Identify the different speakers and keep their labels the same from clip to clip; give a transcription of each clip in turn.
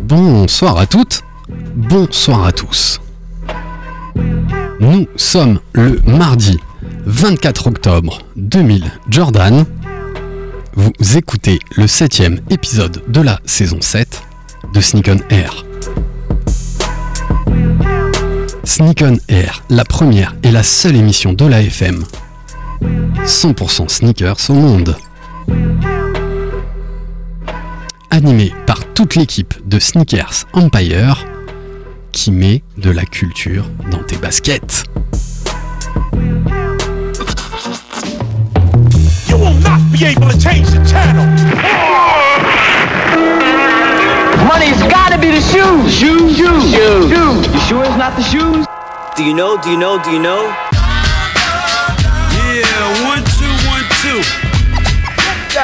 Speaker 1: Bonsoir à toutes, bonsoir à tous. Nous sommes le mardi 24 octobre 2000 Jordan. Vous écoutez le septième épisode de la saison 7 de Sneak on Air. Sneak on Air, la première et la seule émission de la FM. 100% sneakers au monde. Animée par toute l'équipe de Sneakers Empire qui met de la culture dans tes baskets.
Speaker 2: You will not be able to change the channel.
Speaker 3: Money's gotta be the shoes. Shoes, shoes, shoes. shoes. You sure it's not the shoes?
Speaker 4: Do you know? Do you know? Do you know?
Speaker 5: Yeah, one, two, one, two. Nigga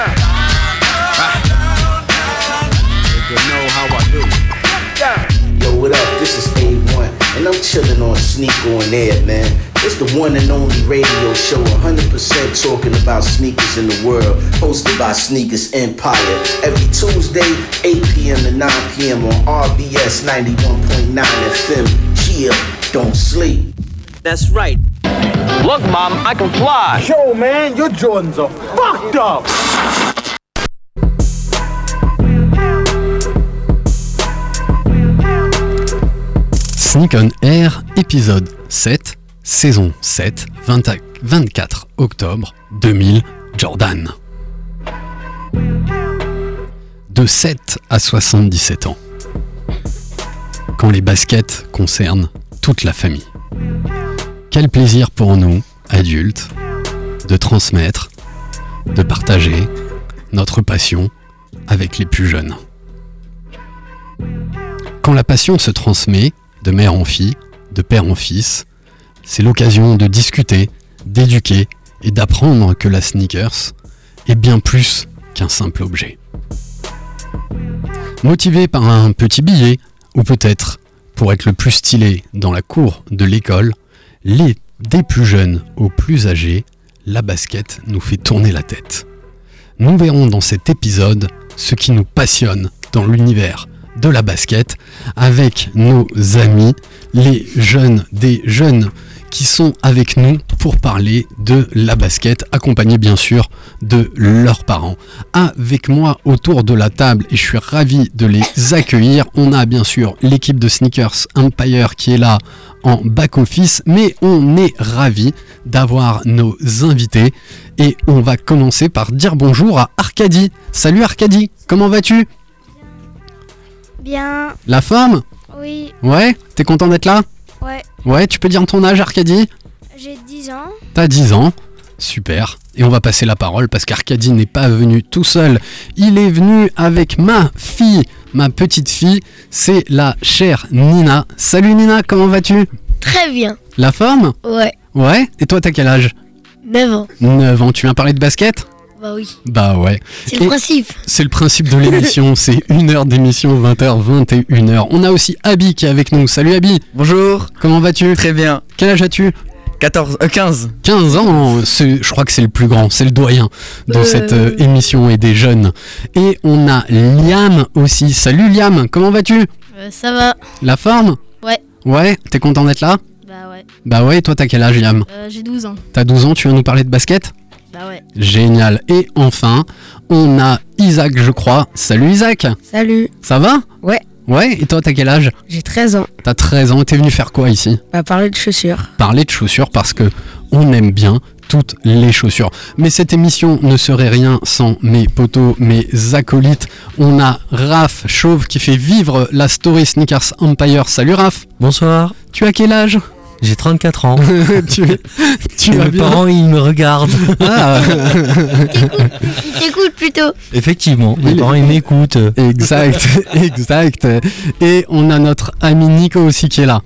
Speaker 5: know how I do.
Speaker 6: Yo, what up? This is A1, and I'm chilling on Sneak On Air, man. It's the one and only radio show 100% talking about sneakers in the world, hosted by Sneakers Empire. Every Tuesday, 8 p.m. to 9 p.m. on RBS 91.9 FM. Chill, don't sleep.
Speaker 4: That's right.
Speaker 3: Look, mom, I can fly.
Speaker 2: Yo, man, your Jordans are fucked up.
Speaker 1: Sneak on Air, épisode 7, saison 7, 20 à- 24 octobre 2000, Jordan. De 7 à 77 ans. Quand les baskets concernent toute la famille. Quel plaisir pour nous, adultes, de transmettre, de partager notre passion avec les plus jeunes. Quand la passion se transmet de mère en fille, de père en fils, c'est l'occasion de discuter, d'éduquer et d'apprendre que la sneakers est bien plus qu'un simple objet. Motivé par un petit billet, ou peut-être pour être le plus stylé dans la cour de l'école, les des plus jeunes aux plus âgés, la basket nous fait tourner la tête. Nous verrons dans cet épisode ce qui nous passionne dans l'univers de la basket avec nos amis, les jeunes des jeunes qui sont avec nous pour parler de la basket, accompagnés bien sûr de leurs parents. Avec moi autour de la table, et je suis ravi de les accueillir, on a bien sûr l'équipe de Sneakers Empire qui est là en back-office, mais on est ravi d'avoir nos invités. Et on va commencer par dire bonjour à Arcadie. Salut Arcadie, comment vas-tu
Speaker 7: Bien,
Speaker 1: La forme
Speaker 7: oui,
Speaker 1: Ouais T'es content d'être là
Speaker 7: ouais,
Speaker 1: Ouais, tu peux dire ton âge Arcadie
Speaker 7: j'ai 10 ans.
Speaker 1: T'as 10 ans. Super. Et on va passer la parole parce qu'Arcadie n'est pas venu tout seul. Il est venu avec ma fille, ma petite fille. C'est la chère Nina. Salut Nina, comment vas-tu
Speaker 8: Très bien.
Speaker 1: La forme
Speaker 8: Ouais.
Speaker 1: Ouais. Et toi, t'as quel âge
Speaker 8: 9 ans.
Speaker 1: 9 ans. Tu viens parler de basket
Speaker 8: Bah oui.
Speaker 1: Bah ouais.
Speaker 8: C'est le
Speaker 1: Et-
Speaker 8: principe.
Speaker 1: C'est le principe de l'émission. C'est une heure d'émission, 20h, 21h. On a aussi Abby qui est avec nous. Salut Abby.
Speaker 9: Bonjour,
Speaker 1: Comment vas-tu
Speaker 9: très bien.
Speaker 1: Quel âge as-tu
Speaker 9: 14, euh, 15.
Speaker 1: 15 ans, hein, c'est- je crois que c'est le plus grand, c'est le doyen de
Speaker 8: Euh.
Speaker 1: cette euh, émission et des jeunes. Et on a Liam aussi. Salut Liam, comment vas-tu
Speaker 8: Euh, ça va.
Speaker 1: La forme
Speaker 8: Ouais.
Speaker 1: Ouais, t'es content d'être là
Speaker 8: Bah ouais. euh,
Speaker 1: Bah ouais, et toi t'as quel âge Liam
Speaker 8: J'ai 12 ans.
Speaker 1: T'as 12 ans, tu viens nous parler de basket
Speaker 8: Bah ouais.
Speaker 1: Génial. Et enfin, on a Isaac, je crois. Salut Isaac,
Speaker 10: Salut,
Speaker 1: ça va
Speaker 10: Ouais.
Speaker 1: Ouais, et toi t'as quel âge
Speaker 10: j'ai 13 ans.
Speaker 1: T'as 13 ans, t'es venu faire quoi ici
Speaker 10: On va parler de chaussures.
Speaker 1: parler de chaussures parce que on aime bien toutes les chaussures. Mais cette émission ne serait rien sans mes potos, mes acolytes. On a Raph Chauve qui fait vivre la story Sneakers Empire. Salut Raph
Speaker 11: Bonsoir,
Speaker 1: Tu as quel âge
Speaker 11: j'ai 34 ans.
Speaker 1: Tu, tu
Speaker 11: Et
Speaker 1: vas
Speaker 11: mes
Speaker 1: bien
Speaker 11: parents, ils me regardent.
Speaker 1: Ah,
Speaker 8: Il t'écoute plutôt.
Speaker 11: Effectivement, mes
Speaker 1: Il- Euh,
Speaker 11: parents, ils m'écoutent.
Speaker 1: Exact, exact. Et on a notre ami Nico aussi qui est là.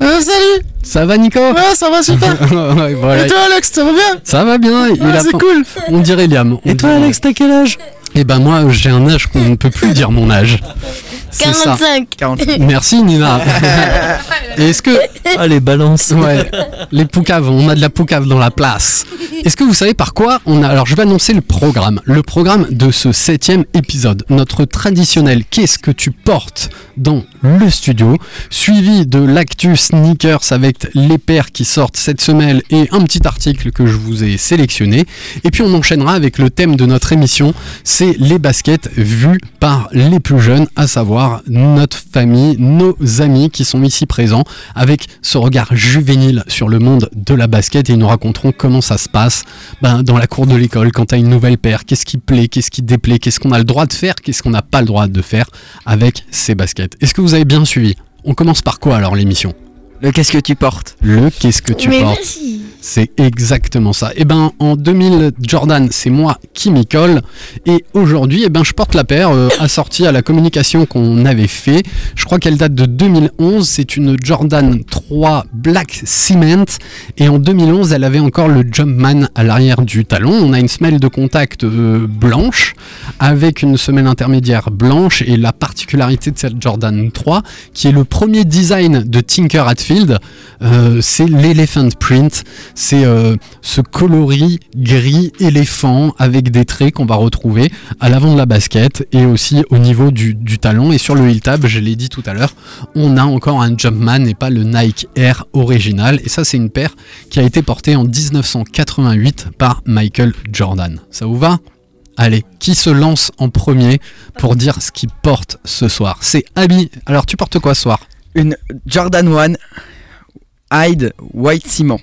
Speaker 10: salut
Speaker 1: Ça va Nico
Speaker 10: Ouais, ça va super
Speaker 1: Ouais, voilà.
Speaker 10: Et toi, Alex, ça va bien
Speaker 1: Ça va bien, il
Speaker 10: Ouais,
Speaker 1: a
Speaker 10: C'est
Speaker 1: pas-
Speaker 10: cool
Speaker 1: On dirait Liam. on
Speaker 11: Et toi,
Speaker 1: dirait-
Speaker 11: Alex, t'as quel âge
Speaker 1: Eh ben moi j'ai un âge qu'on ne peut plus dire mon âge. C'est ça.
Speaker 8: 45.
Speaker 7: 40.
Speaker 1: Merci Nina. Et Est-ce que
Speaker 11: Allez, balance.
Speaker 1: ouais, les poucaves, on a de la poucave dans la place. Est-ce que vous savez par quoi on a Alors je vais annoncer le programme, le programme de ce septième épisode, notre traditionnel qu'est-ce que tu portes dans le studio, suivi de l'actu sneakers avec les paires qui sortent cette semaine et un petit article que je vous ai sélectionné. Et puis on enchaînera avec le thème de notre émission, c'est les baskets vues par les plus jeunes, à savoir notre famille, nos amis qui sont ici présents, avec ce regard juvénile sur le monde de la basket et ils nous raconteront comment ça se passe ben, dans la cour de l'école quand t'as une nouvelle paire, qu'est-ce qui plaît, qu'est-ce qui déplaît, qu'est-ce qu'on a le droit de faire, qu'est-ce qu'on n'a pas le droit de faire avec ces baskets. Est-ce que vous avez bien suivi On commence par quoi alors l'émission
Speaker 7: Le qu'est-ce que tu portes
Speaker 1: Le qu'est-ce que tu
Speaker 8: Mais
Speaker 1: portes
Speaker 8: merci.
Speaker 1: c'est exactement ça. Et ben en 2000, Jordan, c'est moi qui m'y colle. Et aujourd'hui, eh ben je porte la paire euh, assortie à la communication qu'on avait fait. Je crois qu'elle date de 2011. C'est une Jordan 3 Black Cement. Et en 2011, elle avait encore le Jumpman à l'arrière du talon. On a une semelle de contact euh, blanche avec une semelle intermédiaire blanche. Et la particularité de cette Jordan 3, qui est le premier design de Tinker Hatfield, euh, c'est l'Elephant Print. C'est euh, ce coloris gris éléphant avec des traits qu'on va retrouver à l'avant de la basket et aussi au niveau du, du talon. Et sur le heel tab, je l'ai dit tout à l'heure, on a encore un Jumpman et pas le Nike Air original. Et ça, c'est une paire qui a été portée en 1988 par Michael Jordan. Ça vous va Allez, qui se lance en premier pour dire ce qu'il porte ce soir C'est Abby. Alors, tu portes quoi ce soir
Speaker 7: Une Jordan 1 Hyde White Ciment.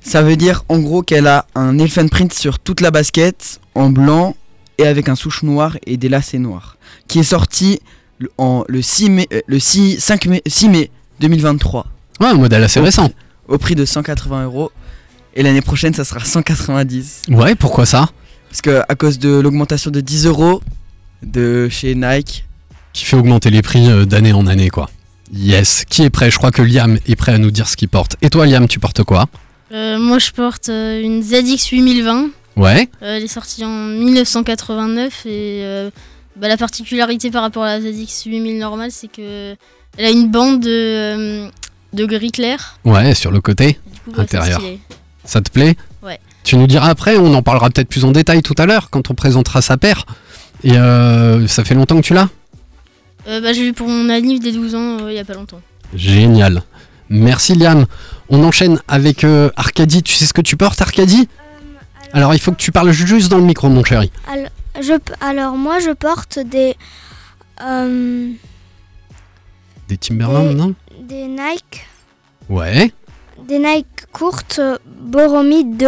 Speaker 7: Ça veut dire en gros qu'elle a un elephant print sur toute la basket, en blanc et avec un souche noir et des lacets noirs. Qui est sorti le, en, le, 6 mai, euh, le 6, 5 mai, 6 mai 2023
Speaker 1: Ouais, un modèle assez
Speaker 7: Oh.
Speaker 1: récent.
Speaker 7: au prix de 180 euros. Et l'année prochaine, ça sera 190.
Speaker 1: Ouais, pourquoi ça
Speaker 7: Parce que à cause de l'augmentation de 10 euros de chez Nike,
Speaker 1: qui fait augmenter les prix euh, d'année en année, quoi. Yes. Qui est prêt Je crois que Liam est prêt à nous dire ce qu'il porte. Et toi, Liam, tu portes quoi
Speaker 8: Euh, moi, je porte euh, une ZX 8020.
Speaker 1: Ouais.
Speaker 8: Euh, elle est sortie en 1989 et euh, bah, la particularité par rapport à la ZX 8000 normale, c'est que elle a une bande de, euh, de gris clair.
Speaker 1: Ouais, sur le côté.
Speaker 8: Du coup, bah, c'est
Speaker 1: Intérieur.
Speaker 8: stylé.
Speaker 1: Ça te plaît
Speaker 8: Ouais.
Speaker 1: Tu nous diras après, on en parlera peut-être plus en détail tout à l'heure quand on présentera sa paire. Et euh, ça fait longtemps que tu l'as
Speaker 8: Euh, bah, j'ai eu pour mon anniv des 12 ans euh, il y a pas longtemps.
Speaker 1: Génial. Merci Liam. On enchaîne avec euh, Arcadie. Tu sais ce que tu portes, Arcadie
Speaker 8: Euh,
Speaker 1: alors il faut que tu parles juste dans le micro mon chéri.
Speaker 8: alors moi, je porte des
Speaker 1: Des Timberland,
Speaker 8: Et-
Speaker 1: non
Speaker 8: des Nike,
Speaker 1: Ouais.
Speaker 8: des Nike courtes euh, Boromir 2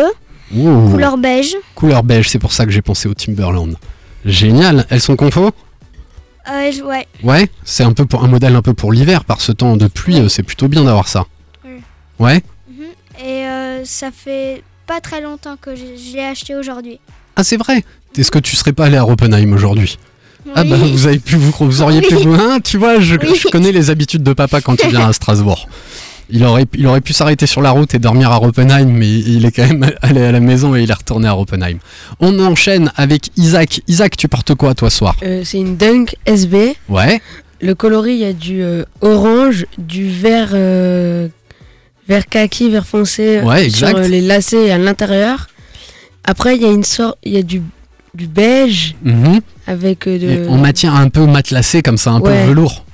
Speaker 1: Ouh.
Speaker 8: beige.
Speaker 1: Couleur beige, c'est pour ça que j'ai pensé aux Timberland. Génial, elles sont confos
Speaker 8: Euh, ouais.
Speaker 1: Ouais, c'est un peu pour un modèle un peu pour l'hiver par ce temps de pluie, euh, c'est plutôt bien d'avoir ça.
Speaker 8: Oui.
Speaker 1: Ouais.
Speaker 8: Et euh, ça fait pas très longtemps que je l'ai acheté aujourd'hui.
Speaker 1: Ah c'est vrai. Est-ce que tu serais pas allé à Oppenheim aujourd'hui Ah bah vous avez pu vous, vous auriez pu
Speaker 8: Oui.
Speaker 1: vous hein, tu vois, je,
Speaker 8: Oui.
Speaker 1: je connais les habitudes de papa quand il vient à Strasbourg. Il aurait, il aurait pu s'arrêter sur la route et dormir à Oppenheim, mais il est quand même allé à la maison et il est retourné à Oppenheim. On enchaîne avec Isaac. Isaac, tu portes quoi toi ce soir
Speaker 10: Euh, c'est une Dunk SB.
Speaker 1: Ouais,
Speaker 10: Le coloris, il y a du euh, orange, du vert, euh, vert kaki, vert foncé
Speaker 1: Ouais,
Speaker 10: sur
Speaker 1: exact.
Speaker 10: euh, les lacets et à l'intérieur. Après, il y a une sorte, il y a du, du beige
Speaker 1: Mhm.
Speaker 10: avec euh, de.
Speaker 1: Et en matière un peu matelassée, comme ça, un
Speaker 10: Ouais.
Speaker 1: peu velours.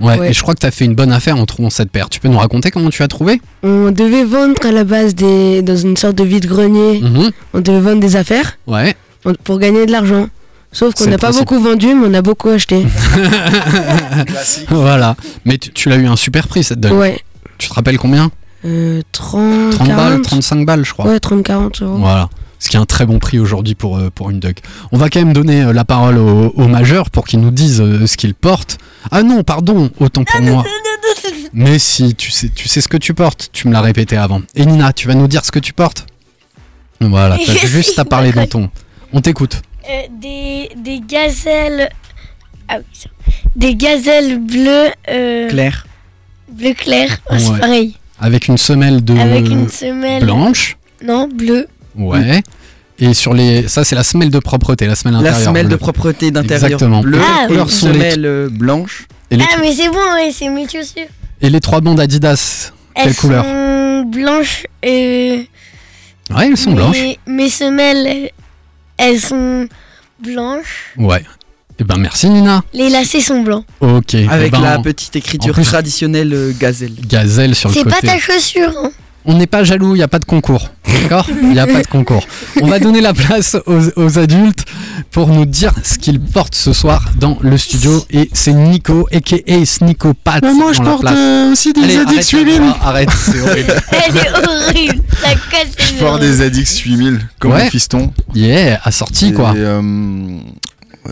Speaker 1: Ouais,
Speaker 10: Ouais.
Speaker 1: et je crois que t'as fait une bonne affaire en trouvant cette paire. Tu peux nous raconter comment tu as trouvé
Speaker 10: On devait vendre à la base des, dans une sorte de vide-grenier.
Speaker 1: Mhm.
Speaker 10: On devait vendre des affaires
Speaker 1: Ouais.
Speaker 10: on- pour gagner de l'argent. Sauf qu'on
Speaker 1: C'est
Speaker 10: n'a
Speaker 1: le
Speaker 10: pas
Speaker 1: principe.
Speaker 10: beaucoup vendu, mais on a beaucoup acheté.
Speaker 1: voilà. Mais tu, tu l'as eu à un super prix cette donne.
Speaker 10: ouais.
Speaker 1: Tu te rappelles combien
Speaker 10: Euh, 30,
Speaker 1: 30 balles,
Speaker 10: 40.
Speaker 1: 35 balles, je crois.
Speaker 10: Ouais, 30, 40 euros.
Speaker 1: Voilà. Ce qui est un très bon prix aujourd'hui pour, euh, pour une duck. On va quand même donner euh, la parole aux au majeurs pour qu'ils nous disent euh, ce qu'ils portent. Ah non, pardon, autant pour moi. Mais si, tu sais, tu sais ce que tu portes, tu me l'as répété avant. Et Nina, tu vas nous dire ce que tu portes Voilà, t'as
Speaker 8: Je
Speaker 1: juste
Speaker 8: suis
Speaker 1: à parler dans
Speaker 8: d'accord.
Speaker 1: ton. On t'écoute.
Speaker 9: Euh,
Speaker 8: des, des gazelles. Ah oui, ça. Des gazelles bleues, euh,
Speaker 7: clair.
Speaker 8: bleu clair. Oh, c'est
Speaker 1: Ouais. Euh,
Speaker 8: pareil.
Speaker 1: Avec une semelle de
Speaker 8: Avec une semelle.
Speaker 1: blanche.
Speaker 8: Non, bleu.
Speaker 1: Ouais. Et sur les, ça c'est la semelle de propreté, la semelle
Speaker 7: La
Speaker 1: intérieure.
Speaker 7: semelle de
Speaker 1: bleue.
Speaker 7: propreté d'intérieur
Speaker 1: Exactement.
Speaker 7: bleu
Speaker 1: Ah,
Speaker 7: et
Speaker 1: oui.
Speaker 7: une semelle euh, blanche.
Speaker 1: Et les,
Speaker 9: Ah, mais c'est bon, ouais, c'est mes chaussures.
Speaker 1: et les trois bandes Adidas,
Speaker 9: Elles
Speaker 1: quelle couleur
Speaker 9: sont blanches. euh,
Speaker 1: Ouais, elles sont
Speaker 9: mes-
Speaker 1: blanches.
Speaker 9: Mes semelles, elles sont blanches.
Speaker 1: Ouais. Eh ben merci Nina.
Speaker 9: Les lacets sont blancs.
Speaker 1: Ok. eh
Speaker 7: Avec
Speaker 1: ben,
Speaker 7: la petite écriture
Speaker 1: en plus-
Speaker 7: traditionnelle euh, gazelle.
Speaker 1: gazelle sur le
Speaker 9: C'est
Speaker 1: côté.
Speaker 9: pas ta chaussure. hein.
Speaker 1: On n'est pas jaloux, il n'y a pas de concours. D'accord Il n'y a pas de concours. On va donner la place aux, aux adultes pour nous dire ce qu'ils portent ce soir dans le studio. Et c'est Nico, a.k.a. Snico Pat.
Speaker 11: moi, je
Speaker 1: dans la
Speaker 11: porte
Speaker 1: place.
Speaker 11: euh, aussi des
Speaker 1: Allez,
Speaker 11: addicts
Speaker 1: arrête,
Speaker 11: suivis.
Speaker 1: Nicolas, Arrête, c'est horrible.
Speaker 9: Elle est horrible. Ça casse les
Speaker 12: Je porte
Speaker 9: neurones.
Speaker 12: des Adix 8000 comme
Speaker 1: Ouais.
Speaker 12: mon fiston.
Speaker 1: Yeah, assorti quoi.
Speaker 12: Et, euh,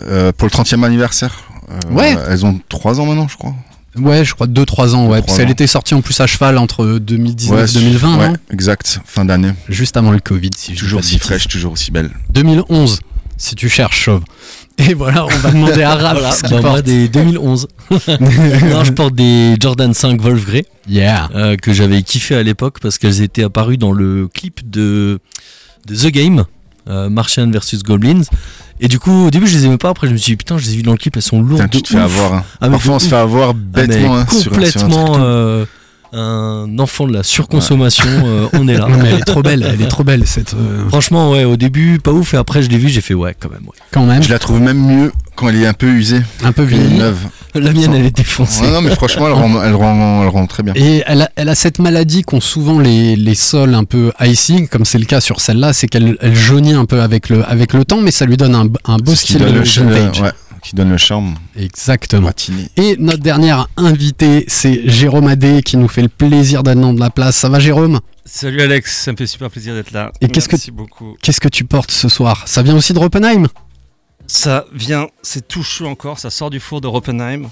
Speaker 12: euh, pour le 30e anniversaire. euh,
Speaker 1: Ouais.
Speaker 12: Elles ont 3 ans maintenant, je crois.
Speaker 1: Ouais, je crois 2-3 ans, ouais.
Speaker 12: Trois
Speaker 1: Parce qu'elle
Speaker 12: ans.
Speaker 1: était sortie en plus à cheval entre
Speaker 12: Ouais,
Speaker 1: 2019-2020,
Speaker 12: ouais,
Speaker 1: non
Speaker 12: exact. Fin d'année.
Speaker 1: Juste avant le Covid, si je dis
Speaker 12: Toujours
Speaker 1: pas de
Speaker 12: aussi
Speaker 1: bêtises.
Speaker 12: fraîche, toujours aussi belle.
Speaker 1: 2011, si tu cherches, chauve. Et voilà, on va demander à Raph
Speaker 11: Voilà,
Speaker 1: ce qu'il
Speaker 11: bah, moi
Speaker 1: porte.
Speaker 11: des 2011. non, je porte des Jordan 5 Wolf Grey
Speaker 1: Yeah.
Speaker 11: euh, que j'avais kiffé à l'époque parce qu'elles étaient apparues dans le clip de, de The Game, euh, Martian versus Goblins. Et du coup, au début, je les aimais pas. Après, je me suis dit putain, je les ai vues dans le clip, elles sont lourdes.
Speaker 12: Putain, tu
Speaker 11: de
Speaker 12: te fais
Speaker 11: ouf.
Speaker 12: avoir. hein.
Speaker 11: Ah, mais
Speaker 12: Parfois,
Speaker 11: de
Speaker 12: on se
Speaker 11: ouf.
Speaker 12: fait avoir
Speaker 11: Ah, mais
Speaker 12: bêtement. hein, sur- sur un truc.
Speaker 11: complètement euh, un enfant de la surconsommation. euh, on est là.
Speaker 1: Non, mais elle est trop belle, elle est trop belle cette. euh,
Speaker 11: Franchement, ouais, au début, pas ouf. Et après, je l'ai vu, j'ai fait ouais, quand même. ouais.
Speaker 1: Quand même,
Speaker 12: Je la trouve même mieux quand elle est un peu usée,
Speaker 1: un peu
Speaker 12: que les
Speaker 1: vieillie.
Speaker 12: neuve.
Speaker 11: La mienne, elle est défoncée.
Speaker 12: Ouais, non, mais franchement, elle rend, elle rend, elle rend très bien.
Speaker 1: Et elle a, elle a cette maladie qu'ont souvent les, les sols un peu icy, comme c'est le cas sur celle-là, c'est qu'elle elle jaunit un peu avec le, avec le temps, mais ça lui donne un, un beau
Speaker 12: Ce qui
Speaker 1: style
Speaker 12: donne le charme,
Speaker 1: vintage.
Speaker 12: ouais, qui donne le charme
Speaker 1: Exactement.
Speaker 12: matiné.
Speaker 1: Et notre dernière invitée, c'est Jérôme Adé, qui nous fait le plaisir d'être dans de la place. Ça va Jérôme
Speaker 13: Salut Alex, ça me fait super plaisir d'être là.
Speaker 1: Et qu'est-ce que-
Speaker 13: Merci beaucoup.
Speaker 1: Qu'est-ce que tu portes ce soir Ça vient aussi de Oppenheim
Speaker 13: Ça vient, c'est tout chaud encore, ça sort du four de Oppenheim.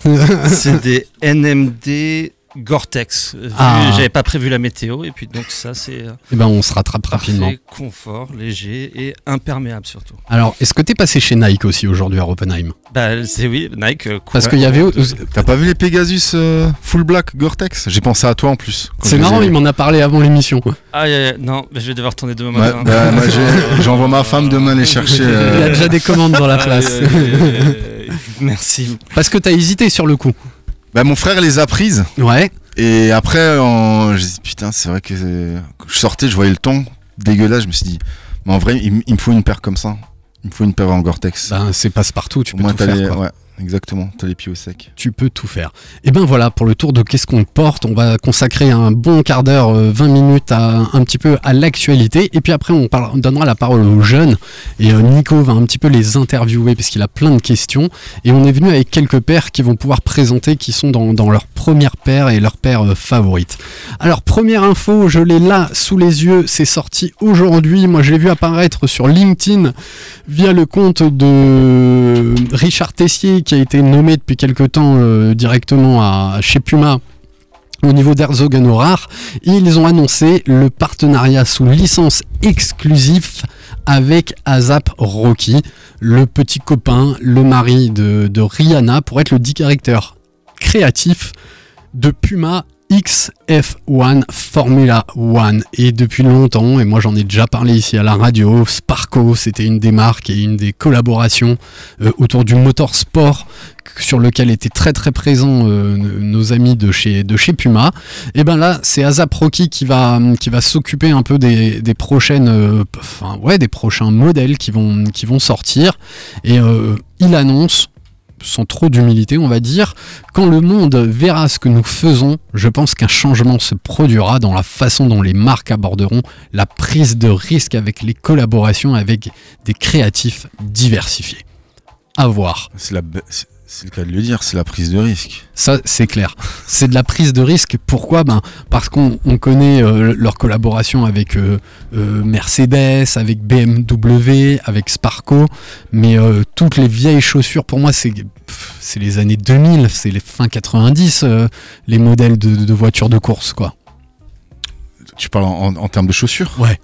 Speaker 13: c'est des NMD Gore-Tex. Vu-
Speaker 1: Ah.
Speaker 13: J'avais pas prévu la météo et puis donc ça c'est euh,
Speaker 1: Eh ben on se rattrape rapidement.
Speaker 13: parfait, confort, léger et imperméable surtout.
Speaker 1: Alors, est-ce que t'es passé chez Nike aussi aujourd'hui à Oppenheim
Speaker 13: Bah c'est oui, Nike. euh,
Speaker 1: Parce
Speaker 13: couleur-
Speaker 1: qu'il y avait...
Speaker 12: T'as pas vu les Pegasus euh, full black Gore-Tex J'ai pensé à toi en plus. quand je
Speaker 1: C'est
Speaker 12: les ai
Speaker 1: marrant,
Speaker 12: vus.
Speaker 1: il m'en a parlé avant l'émission.
Speaker 13: Ah yeah, yeah, non, mais je vais devoir retourner demain
Speaker 12: Ouais,
Speaker 13: matin.
Speaker 1: hein.
Speaker 12: bah, moi, j'ai- J'envoie ma femme demain les
Speaker 1: Il
Speaker 12: chercher.
Speaker 1: a
Speaker 12: euh,
Speaker 1: déjà des commandes dans la
Speaker 13: Ah, yeah,
Speaker 1: place.
Speaker 13: yeah, yeah, yeah. Merci.
Speaker 1: Parce que t'as hésité sur le coup.
Speaker 12: Bah, mon frère les a prises.
Speaker 1: Ouais.
Speaker 12: Et après, en... j'ai dit putain, c'est vrai que euh, quand je sortais, je voyais le ton dégueulasse. Je me suis dit, mais en vrai, il, m- il me faut une paire comme ça. Il me faut une paire en Gore-Tex.
Speaker 1: Ben, c'est passe-partout, tu
Speaker 12: Au
Speaker 1: peux
Speaker 12: moins, hein.
Speaker 1: tout
Speaker 12: t'as
Speaker 1: faire.
Speaker 12: les...
Speaker 1: quoi.
Speaker 12: ouais, exactement. T'as les pieds au sec.
Speaker 1: Tu peux tout faire. Et ben voilà, pour le tour de qu'est-ce qu'on porte, on va consacrer un bon quart d'heure, euh, 20 minutes à, un petit peu à l'actualité. Et puis après, on, parle- on donnera la parole aux jeunes. Et euh, Nico va un petit peu les interviewer parce qu'il a plein de questions. Et on est venu avec quelques paires qui vont pouvoir présenter, qui sont dans, dans leur première paire et leur paire euh, favorite. Alors, première info, je l'ai là sous les yeux, c'est sorti aujourd'hui. Moi, je l'ai vu apparaître sur LinkedIn via le compte de Richard Tessier qui a été nommé depuis quelque temps euh, directement à, chez Puma au niveau d'Erzogen Horar, ils ont annoncé le partenariat sous licence exclusif avec Azap Rocky, le petit copain, le mari de, de Rihanna, pour être le directeur créatif de Puma XF1 Formula One. Et depuis longtemps, et moi j'en ai déjà parlé ici à la radio, Sparco, c'était une des marques et une des collaborations euh, autour du motorsport que- sur lequel étaient très très présents euh, nos amis de chez, de chez Puma. Et ben là, c'est Azap Rocky qui va, qui va s'occuper un peu des, des prochaines, euh, enfin, ouais, des prochains modèles qui vont, qui vont sortir. Et euh, il annonce, sans trop d'humilité on va dire, quand le monde verra ce que nous faisons, je pense qu'un changement se produira dans la façon dont les marques aborderont la prise de risque avec les collaborations avec des créatifs diversifiés. À voir.
Speaker 12: C'est la... be- c'est- c'est le cas de le dire, c'est la prise de risque.
Speaker 1: Ça, c'est clair. C'est de la prise de risque. Pourquoi ben, Parce qu'on on connaît euh, leur collaboration avec euh, euh, Mercedes, avec BMW, avec Sparco. Mais euh, toutes les vieilles chaussures, pour moi, c'est pff, c'est les années 2000, c'est les fins 90, euh, les modèles de, de voitures de course. quoi.
Speaker 12: Tu parles en, en- en termes de chaussures
Speaker 1: Ouais.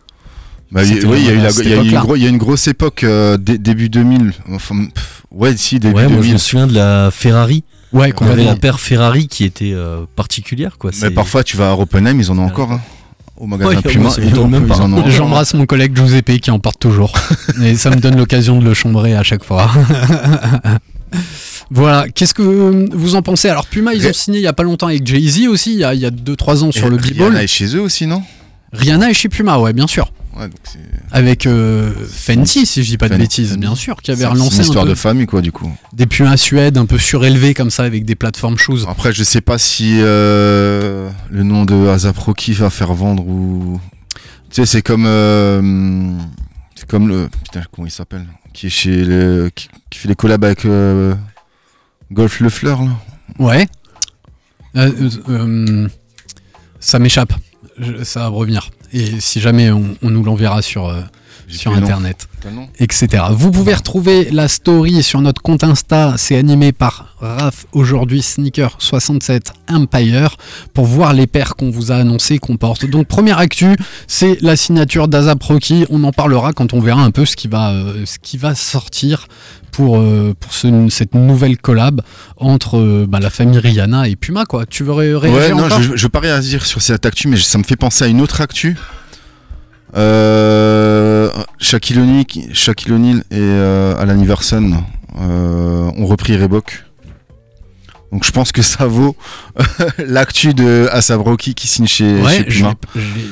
Speaker 12: Bah, il-
Speaker 1: C'était
Speaker 12: oui, il y a eu
Speaker 1: vraiment
Speaker 12: la-
Speaker 1: cette
Speaker 12: il y a eu une
Speaker 1: époque-là.
Speaker 12: gro- il y a eu une grosse époque, euh, dé- début 2000. Enfin, pff, ouais, si, début
Speaker 11: Ouais, moi, je
Speaker 12: 2000.
Speaker 11: me souviens de la Ferrari.
Speaker 1: Ouais,
Speaker 11: On avait
Speaker 1: complètement.
Speaker 11: la paire Ferrari qui était euh, particulière, quoi.
Speaker 12: Mais
Speaker 11: C'est-
Speaker 12: parfois, tu vas à Oppenheim, ils en ont encore. hein. au magasin
Speaker 1: Ouais,
Speaker 12: Puma.
Speaker 1: moi, ça
Speaker 12: et
Speaker 1: m'étonne
Speaker 12: on-
Speaker 1: même
Speaker 12: ils
Speaker 1: pas.
Speaker 12: en ont-
Speaker 1: J'embrasse mon collègue Giuseppe qui en porte toujours. Et ça me donne l'occasion de le chambrer à chaque fois. voilà, qu'est-ce que euh, vous en pensez Alors Puma, ils ont signé il y a pas longtemps avec Jay-Z aussi, il y a 2-3 ans sur
Speaker 12: Et
Speaker 1: le
Speaker 12: Rihanna
Speaker 1: b-ball.
Speaker 12: est chez eux aussi, non
Speaker 1: Rihanna est chez Puma, ouais, bien sûr. Avec euh, Fenty, si je dis pas de
Speaker 12: Fenty.
Speaker 1: bêtises, bien sûr, qui
Speaker 12: C'est-
Speaker 1: avait
Speaker 12: c'est
Speaker 1: relancé
Speaker 12: une
Speaker 1: un
Speaker 12: histoire
Speaker 1: peu
Speaker 12: de famille, quoi, du coup.
Speaker 1: des Puma Suède un peu surélevés comme ça avec des plateformes shoes.
Speaker 12: Après, je sais pas si euh, le nom de Azaproki va faire vendre ou. Tu sais, c'est comme. euh, c'est comme le. Putain, comment il s'appelle Qui est chez. Le... Qui, qui fait les collabs avec. euh, Golf Le Fleur, là.
Speaker 1: Ouais. Euh, euh, euh, ça m'échappe. Je- Ça va revenir. Et si jamais on, on nous l'enverra sur, euh, sur
Speaker 12: plus le nom.
Speaker 1: internet,
Speaker 12: T'as le nom
Speaker 1: etc. Vous pouvez retrouver la story sur notre compte Insta. C'est animé par Raph aujourd'hui Sneaker 67 Empire pour voir les paires qu'on vous a annoncé qu'on porte. Donc première actu, c'est la signature d'Azap Rocky. On en parlera quand on verra un peu ce qui va, euh, ce qui va sortir pour, euh, pour ce- cette nouvelle collab entre euh, bah, la famille Rihanna et Puma. Quoi. Tu veux ré- réagir
Speaker 12: Ouais, non,
Speaker 1: encore
Speaker 12: je, je veux pas réagir sur cette actu, mais ça me fait penser à une autre actu. Euh, Shaquille O'Neal qui- Shaquille O'Neal et euh, Alan Iverson euh, ont repris Reebok. Donc je pense que ça vaut l'actu de Asab Rocky qui signe chez,
Speaker 11: Ouais,
Speaker 12: chez Puma.
Speaker 11: je l'ai- je l'ai-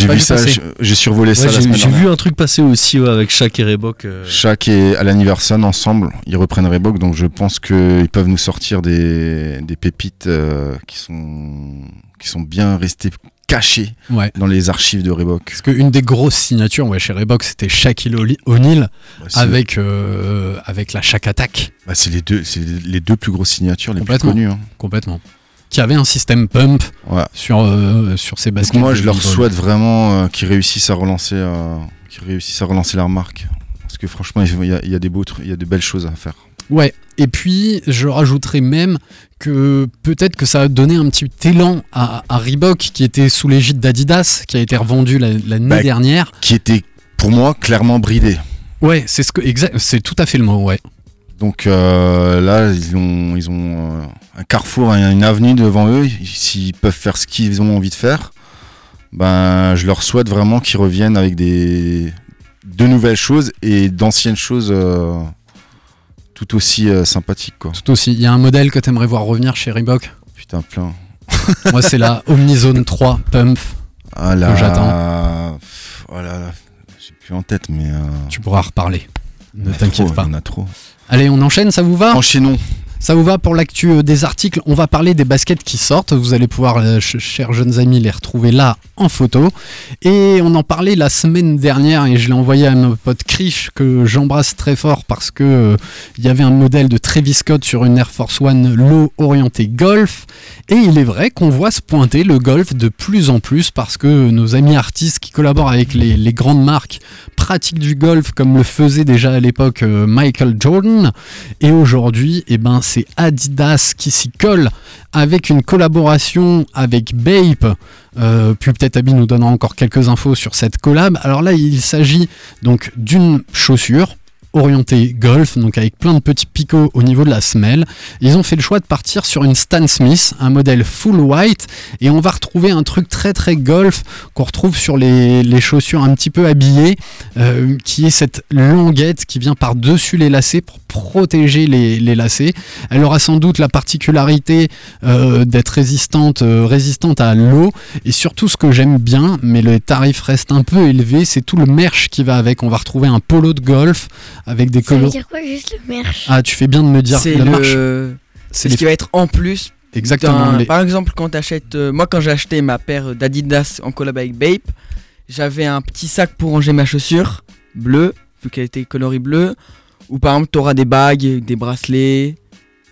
Speaker 12: J'ai
Speaker 11: pas
Speaker 12: vu
Speaker 11: vu
Speaker 12: ça,
Speaker 11: passer.
Speaker 12: je- j'ai survolé ça
Speaker 11: Ouais,
Speaker 12: la
Speaker 11: j'ai-
Speaker 12: semaine
Speaker 11: J'ai
Speaker 12: dernière.
Speaker 11: vu un truc passer aussi ouais, avec Shaq et Reebok. euh,
Speaker 12: Shaq et Alan Iverson ensemble, ils reprennent Reebok, donc je pense qu'ils peuvent nous sortir des, des pépites euh, qui, sont, qui sont bien restées cachées
Speaker 1: Ouais.
Speaker 12: dans les archives de Reebok.
Speaker 1: Parce qu'une des grosses signatures ouais, chez Reebok, c'était Shaquille O'Le- O'Neal
Speaker 12: Bah, c'est-
Speaker 1: avec, euh, avec la Shaq Attack.
Speaker 12: Bah, c'est les deux, c'est les les deux plus grosses signatures, les plus
Speaker 1: Complètement.
Speaker 12: connues. hein.
Speaker 1: Complètement. Qui avait un système pump sur, euh, sur ses
Speaker 12: Donc
Speaker 1: baskets.
Speaker 12: moi, je
Speaker 1: de
Speaker 12: leur
Speaker 1: baseball.
Speaker 12: souhaite vraiment euh, qu'ils réussissent à relancer, euh, qu'ils réussissent à relancer leur marque, parce que franchement, il y a, il y a des beaux, trucs- il y a de belles choses à faire.
Speaker 1: Ouais, et puis je rajouterais même que peut-être que ça a donné un petit élan à, à Reebok qui était sous l'égide d'Adidas, qui a été revendu la- l'année
Speaker 12: Bah,
Speaker 1: dernière.
Speaker 12: Qui était pour moi clairement bridé.
Speaker 1: Ouais, c'est ce que exact, c'est tout à fait le mot, ouais.
Speaker 12: Donc euh, là, ils ont, ils ont euh, un carrefour, un- une avenue devant eux. S'ils peuvent faire ce qu'ils ont envie de faire, ben, je leur souhaite vraiment qu'ils reviennent avec des, de nouvelles choses et d'anciennes choses euh, tout aussi euh, sympathiques. Quoi.
Speaker 1: Tout aussi, il y a un modèle que t'aimerais voir revenir chez Reebok.
Speaker 12: Putain, plein.
Speaker 1: Moi, c'est la Omnizone 3 Pump
Speaker 12: Ah
Speaker 1: que j'attends.
Speaker 12: là, pff, oh là là, j'ai plus en tête, mais.
Speaker 1: Tu pourras reparler. Ne t'inquiète pas.
Speaker 12: On a trop.
Speaker 1: Allez, on enchaîne, ça vous va
Speaker 12: Enchaînons.
Speaker 1: Ça vous va pour l'actu euh, des articles On va parler des baskets qui sortent. Vous allez pouvoir, euh, ch- chers jeunes amis, les retrouver là en photo. Et on en parlait la semaine dernière et je l'ai envoyé à mon pote Krish que j'embrasse très fort parce que euh, il y avait un modèle de Travis Scott sur une Air Force One low orientée golf. Et il est vrai qu'on voit se pointer le golf de plus en plus parce que nos amis artistes qui collaborent avec les, les grandes marques pratiquent du golf comme le faisait déjà à l'époque euh, Michael Jordan. Et aujourd'hui, eh ben, c'est Adidas qui s'y colle avec une collaboration avec Bape. Euh, puis peut-être Abby nous donnera encore quelques infos sur cette collab. Alors là, il s'agit donc d'une chaussure orientée golf, donc avec plein de petits picots au niveau de la semelle. Ils ont fait le choix de partir sur une Stan Smith, un modèle full white, et on va retrouver un truc très très golf qu'on retrouve sur les, les chaussures un petit peu habillées, euh, qui est cette languette qui vient par-dessus les lacets pour protéger les, les lacets. Elle aura sans doute la particularité euh, d'être résistante, euh, résistante à l'eau, et surtout ce que j'aime bien, mais le tarif reste un peu élevé, c'est tout le merch qui va avec. On va retrouver un polo de golf avec des
Speaker 9: Ça veut
Speaker 1: couleurs.
Speaker 9: dire quoi juste le merch
Speaker 1: Ah, tu fais bien de me dire
Speaker 7: C'est
Speaker 1: la
Speaker 7: le-
Speaker 1: marche.
Speaker 7: C'est ce qui va être en plus.
Speaker 1: Exactement,
Speaker 7: d'un-
Speaker 1: les-
Speaker 7: Par exemple, quand t'achètes, euh, moi quand j'ai acheté ma paire d'Adidas en collab avec Bape, j'avais un petit sac pour ranger ma chaussure bleue, vu qu'elle était coloris bleu. Ou par exemple, t'auras des bagues, des bracelets,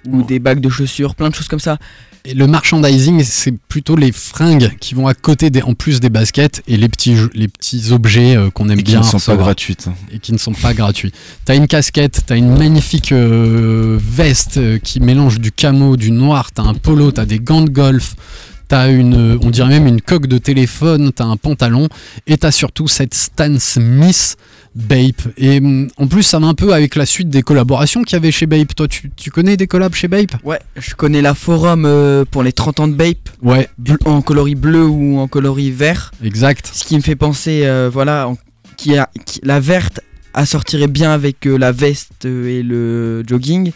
Speaker 7: ou des bagues de chaussures, plein de choses comme ça.
Speaker 1: Et le merchandising, c'est plutôt les fringues qui vont à côté des, en plus des baskets et les petits, jeux- les petits objets euh, qu'on aime
Speaker 12: Et qui
Speaker 1: bien.
Speaker 12: ne sont pas
Speaker 1: recevoir.
Speaker 12: gratuites. hein.
Speaker 1: Et qui ne sont pas gratuits. T'as une casquette, t'as une magnifique euh, veste euh, qui mélange du camo, du noir, t'as un polo, t'as des gants de golf, t'as une, on dirait même une coque de téléphone, t'as un pantalon, et t'as surtout cette Stan Smith Bape. Et hum, en plus, ça va un peu avec la suite des collaborations qu'il y avait chez Bape. Toi, tu, tu connais des collabs chez Bape
Speaker 7: Ouais, je connais la forum euh, pour les 30 ans de Bape.
Speaker 1: Ouais.
Speaker 7: Bl- En coloris bleu ou en coloris vert.
Speaker 1: Exact.
Speaker 7: Ce qui me fait penser, euh, voilà, en- qui a, qui- la verte assortirait bien avec euh, la veste euh, et le jogging.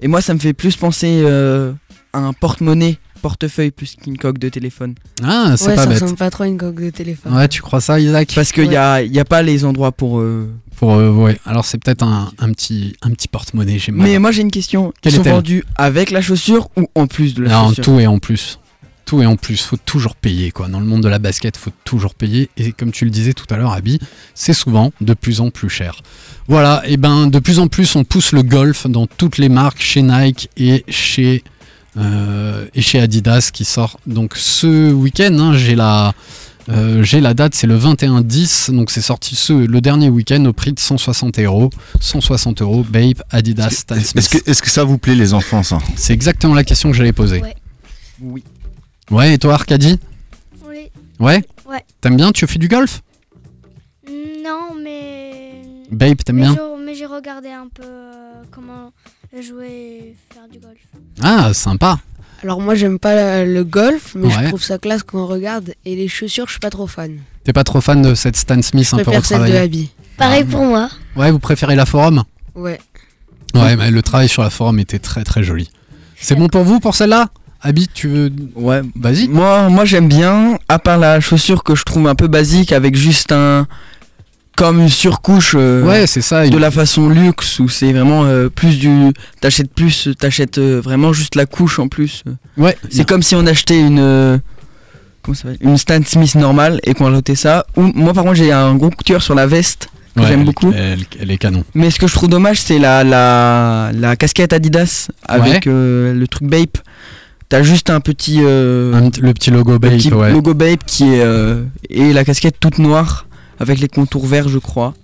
Speaker 7: Et moi, ça me fait plus penser euh, à un porte-monnaie, portefeuille, plus qu'une coque de téléphone.
Speaker 1: Ah, c'est
Speaker 10: ouais,
Speaker 1: pas
Speaker 10: ça
Speaker 1: bête.
Speaker 10: ressemble pas trop à une coque de téléphone.
Speaker 1: Ouais, tu crois ça, Isaac
Speaker 7: Parce qu'il n'y a, y a pas les endroits pour. euh,
Speaker 1: Pour, euh, ouais. Alors, c'est peut-être un, un petit, un petit porte-monnaie chez moi.
Speaker 7: Mais moi j'ai une question.
Speaker 1: Quelle
Speaker 7: Ils sont
Speaker 1: est-elle
Speaker 7: vendus avec la chaussure ou en plus de la
Speaker 1: Non,
Speaker 7: chaussure
Speaker 1: tout est en plus. Tout est en plus. Faut toujours payer, quoi. Dans le monde de la basket, faut toujours payer. Et comme tu le disais tout à l'heure, Abby, c'est souvent de plus en plus cher. Voilà. Et ben, de plus en plus, on pousse le golf dans toutes les marques, chez Nike et chez euh, et chez Adidas, qui sort donc ce week-end. hein. J'ai la euh, j'ai la date, c'est le 21-10, donc c'est sorti ce, le dernier week-end au prix de 160 euros. 160 euros, Bape, Adidas, Stan
Speaker 12: Est-ce
Speaker 1: Smith.
Speaker 12: que, est-ce que ça vous plaît, les enfants, ça
Speaker 1: C'est exactement la question que j'allais poser.
Speaker 7: Oui.
Speaker 1: Ouais, et toi, Arcadie
Speaker 9: Oui.
Speaker 1: Ouais
Speaker 9: Ouais.
Speaker 1: T'aimes bien Tu fais du golf
Speaker 9: Non, mais.
Speaker 1: Babe, t'aimes
Speaker 9: mais
Speaker 1: bien
Speaker 9: j'ai- Mais j'ai regardé un peu euh, comment jouer et faire du golf.
Speaker 1: Ah, sympa.
Speaker 10: Alors moi j'aime pas la- le golf, mais
Speaker 1: Ouais.
Speaker 10: je trouve ça classe quand on regarde. Et les chaussures, je suis pas trop fan.
Speaker 1: T'es pas trop fan de cette Stan Smith
Speaker 10: Je
Speaker 1: un peu
Speaker 10: préfère celle
Speaker 1: retravaillée
Speaker 10: de Abby.
Speaker 9: Pareil pour moi.
Speaker 1: Ouais, vous préférez la forum
Speaker 10: Ouais.
Speaker 1: Ouais, mais le travail sur la forum était très très joli. C'est bon pour vous pour celle-là Abby, tu veux
Speaker 7: Ouais.
Speaker 1: Vas-y.
Speaker 7: Moi, moi j'aime bien, à part la chaussure que je trouve un peu basique avec juste un. comme une surcouche. euh,
Speaker 1: Ouais, c'est ça.
Speaker 7: De la façon luxe où c'est vraiment euh, plus du. T'achètes plus, euh, t'achètes euh, vraiment juste la couche en plus.
Speaker 1: Ouais.
Speaker 7: C'est comme si on achetait une. euh, comment ça s'appelle Une Stan Smith normale et qu'on rajoutait ça. Ou, moi par contre j'ai un gros couture sur la veste que
Speaker 1: Ouais,
Speaker 7: j'aime
Speaker 1: elle-
Speaker 7: beaucoup.
Speaker 1: Elle, elle est canon.
Speaker 7: Mais ce que je trouve dommage, c'est la, la, la casquette Adidas avec euh, le truc Bape. T'as juste un petit. euh,
Speaker 1: Un petit- le petit logo Bape,
Speaker 7: petit
Speaker 1: ouais.
Speaker 7: logo Bape qui est. euh, et la casquette toute noire avec les contours verts, je crois.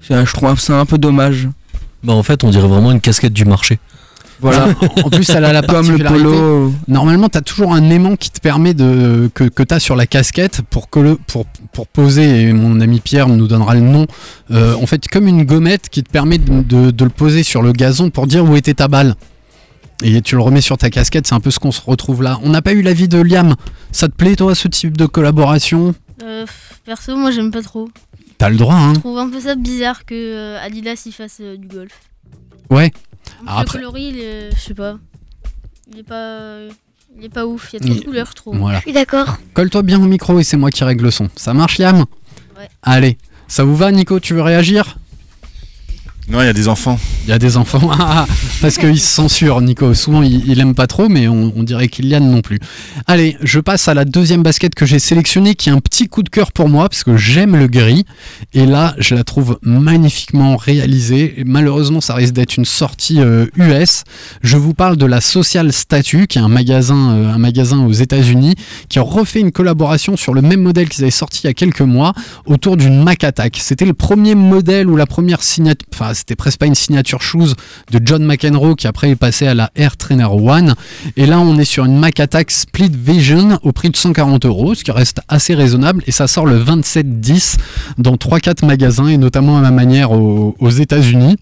Speaker 7: C'est- Je trouve ça un peu dommage.
Speaker 11: Bah en fait, on dirait vraiment une casquette du marché.
Speaker 7: Voilà.
Speaker 1: en plus, elle a la
Speaker 7: Comme le
Speaker 1: particularité.
Speaker 7: polo.
Speaker 1: Normalement, t'as toujours un aimant qui te permet de que, que t'as sur la casquette pour que le- pour pour poser. Et mon ami Pierre nous donnera le nom. euh, en fait, comme une gommette qui te permet de, de- de le poser sur le gazon pour dire où était ta balle. Et tu le remets sur ta casquette. C'est un peu ce qu'on se retrouve là. On n'a pas eu l'avis de Liam. Ça te plaît toi ce type de collaboration
Speaker 8: Euh, pff, perso, moi j'aime pas trop.
Speaker 1: T'as le droit, hein
Speaker 8: Je trouve un peu ça bizarre que euh, Adidas y fasse euh, du golf.
Speaker 1: Ouais.
Speaker 8: En plus,
Speaker 1: Ah, après-
Speaker 8: Le coloris, il est- je sais pas. Il est pas, euh, il est pas ouf. Il y a trop de
Speaker 1: Il-
Speaker 8: couleurs, trop.
Speaker 1: Voilà. Je suis
Speaker 9: d'accord.
Speaker 1: Colle-toi bien au micro et c'est moi qui règle le son. Ça marche, Liam
Speaker 8: Ouais.
Speaker 1: Allez, ça vous va, Nico Tu veux réagir
Speaker 12: Non, il y a des enfants.
Speaker 1: Il y a des enfants. Ah, parce qu'il se censure, Nico. Souvent, il, il aime pas trop, mais on, on dirait qu'il y a non plus. Allez, je passe à la deuxième basket que j'ai sélectionnée, qui est un petit coup de cœur pour moi, parce que j'aime le gris. Et là, je la trouve magnifiquement réalisée. Et malheureusement, ça risque d'être une sortie euh, US. Je vous parle de la Social Statue, qui est un magasin, euh, un magasin aux États-Unis, qui a refait une collaboration sur le même modèle qu'ils avaient sorti il y a quelques mois autour d'une Mac Attack. C'était le premier modèle ou la première signature, enfin, c'était presque pas une signature shoes de John McEnroe qui après est passé à la Air Trainer One. Et là, on est sur une Mac Attack Split Vision au prix de 140 euros, ce qui reste assez raisonnable. Et ça sort le 27-10 dans 3-4 magasins et notamment à ma manière aux, aux États-Unis.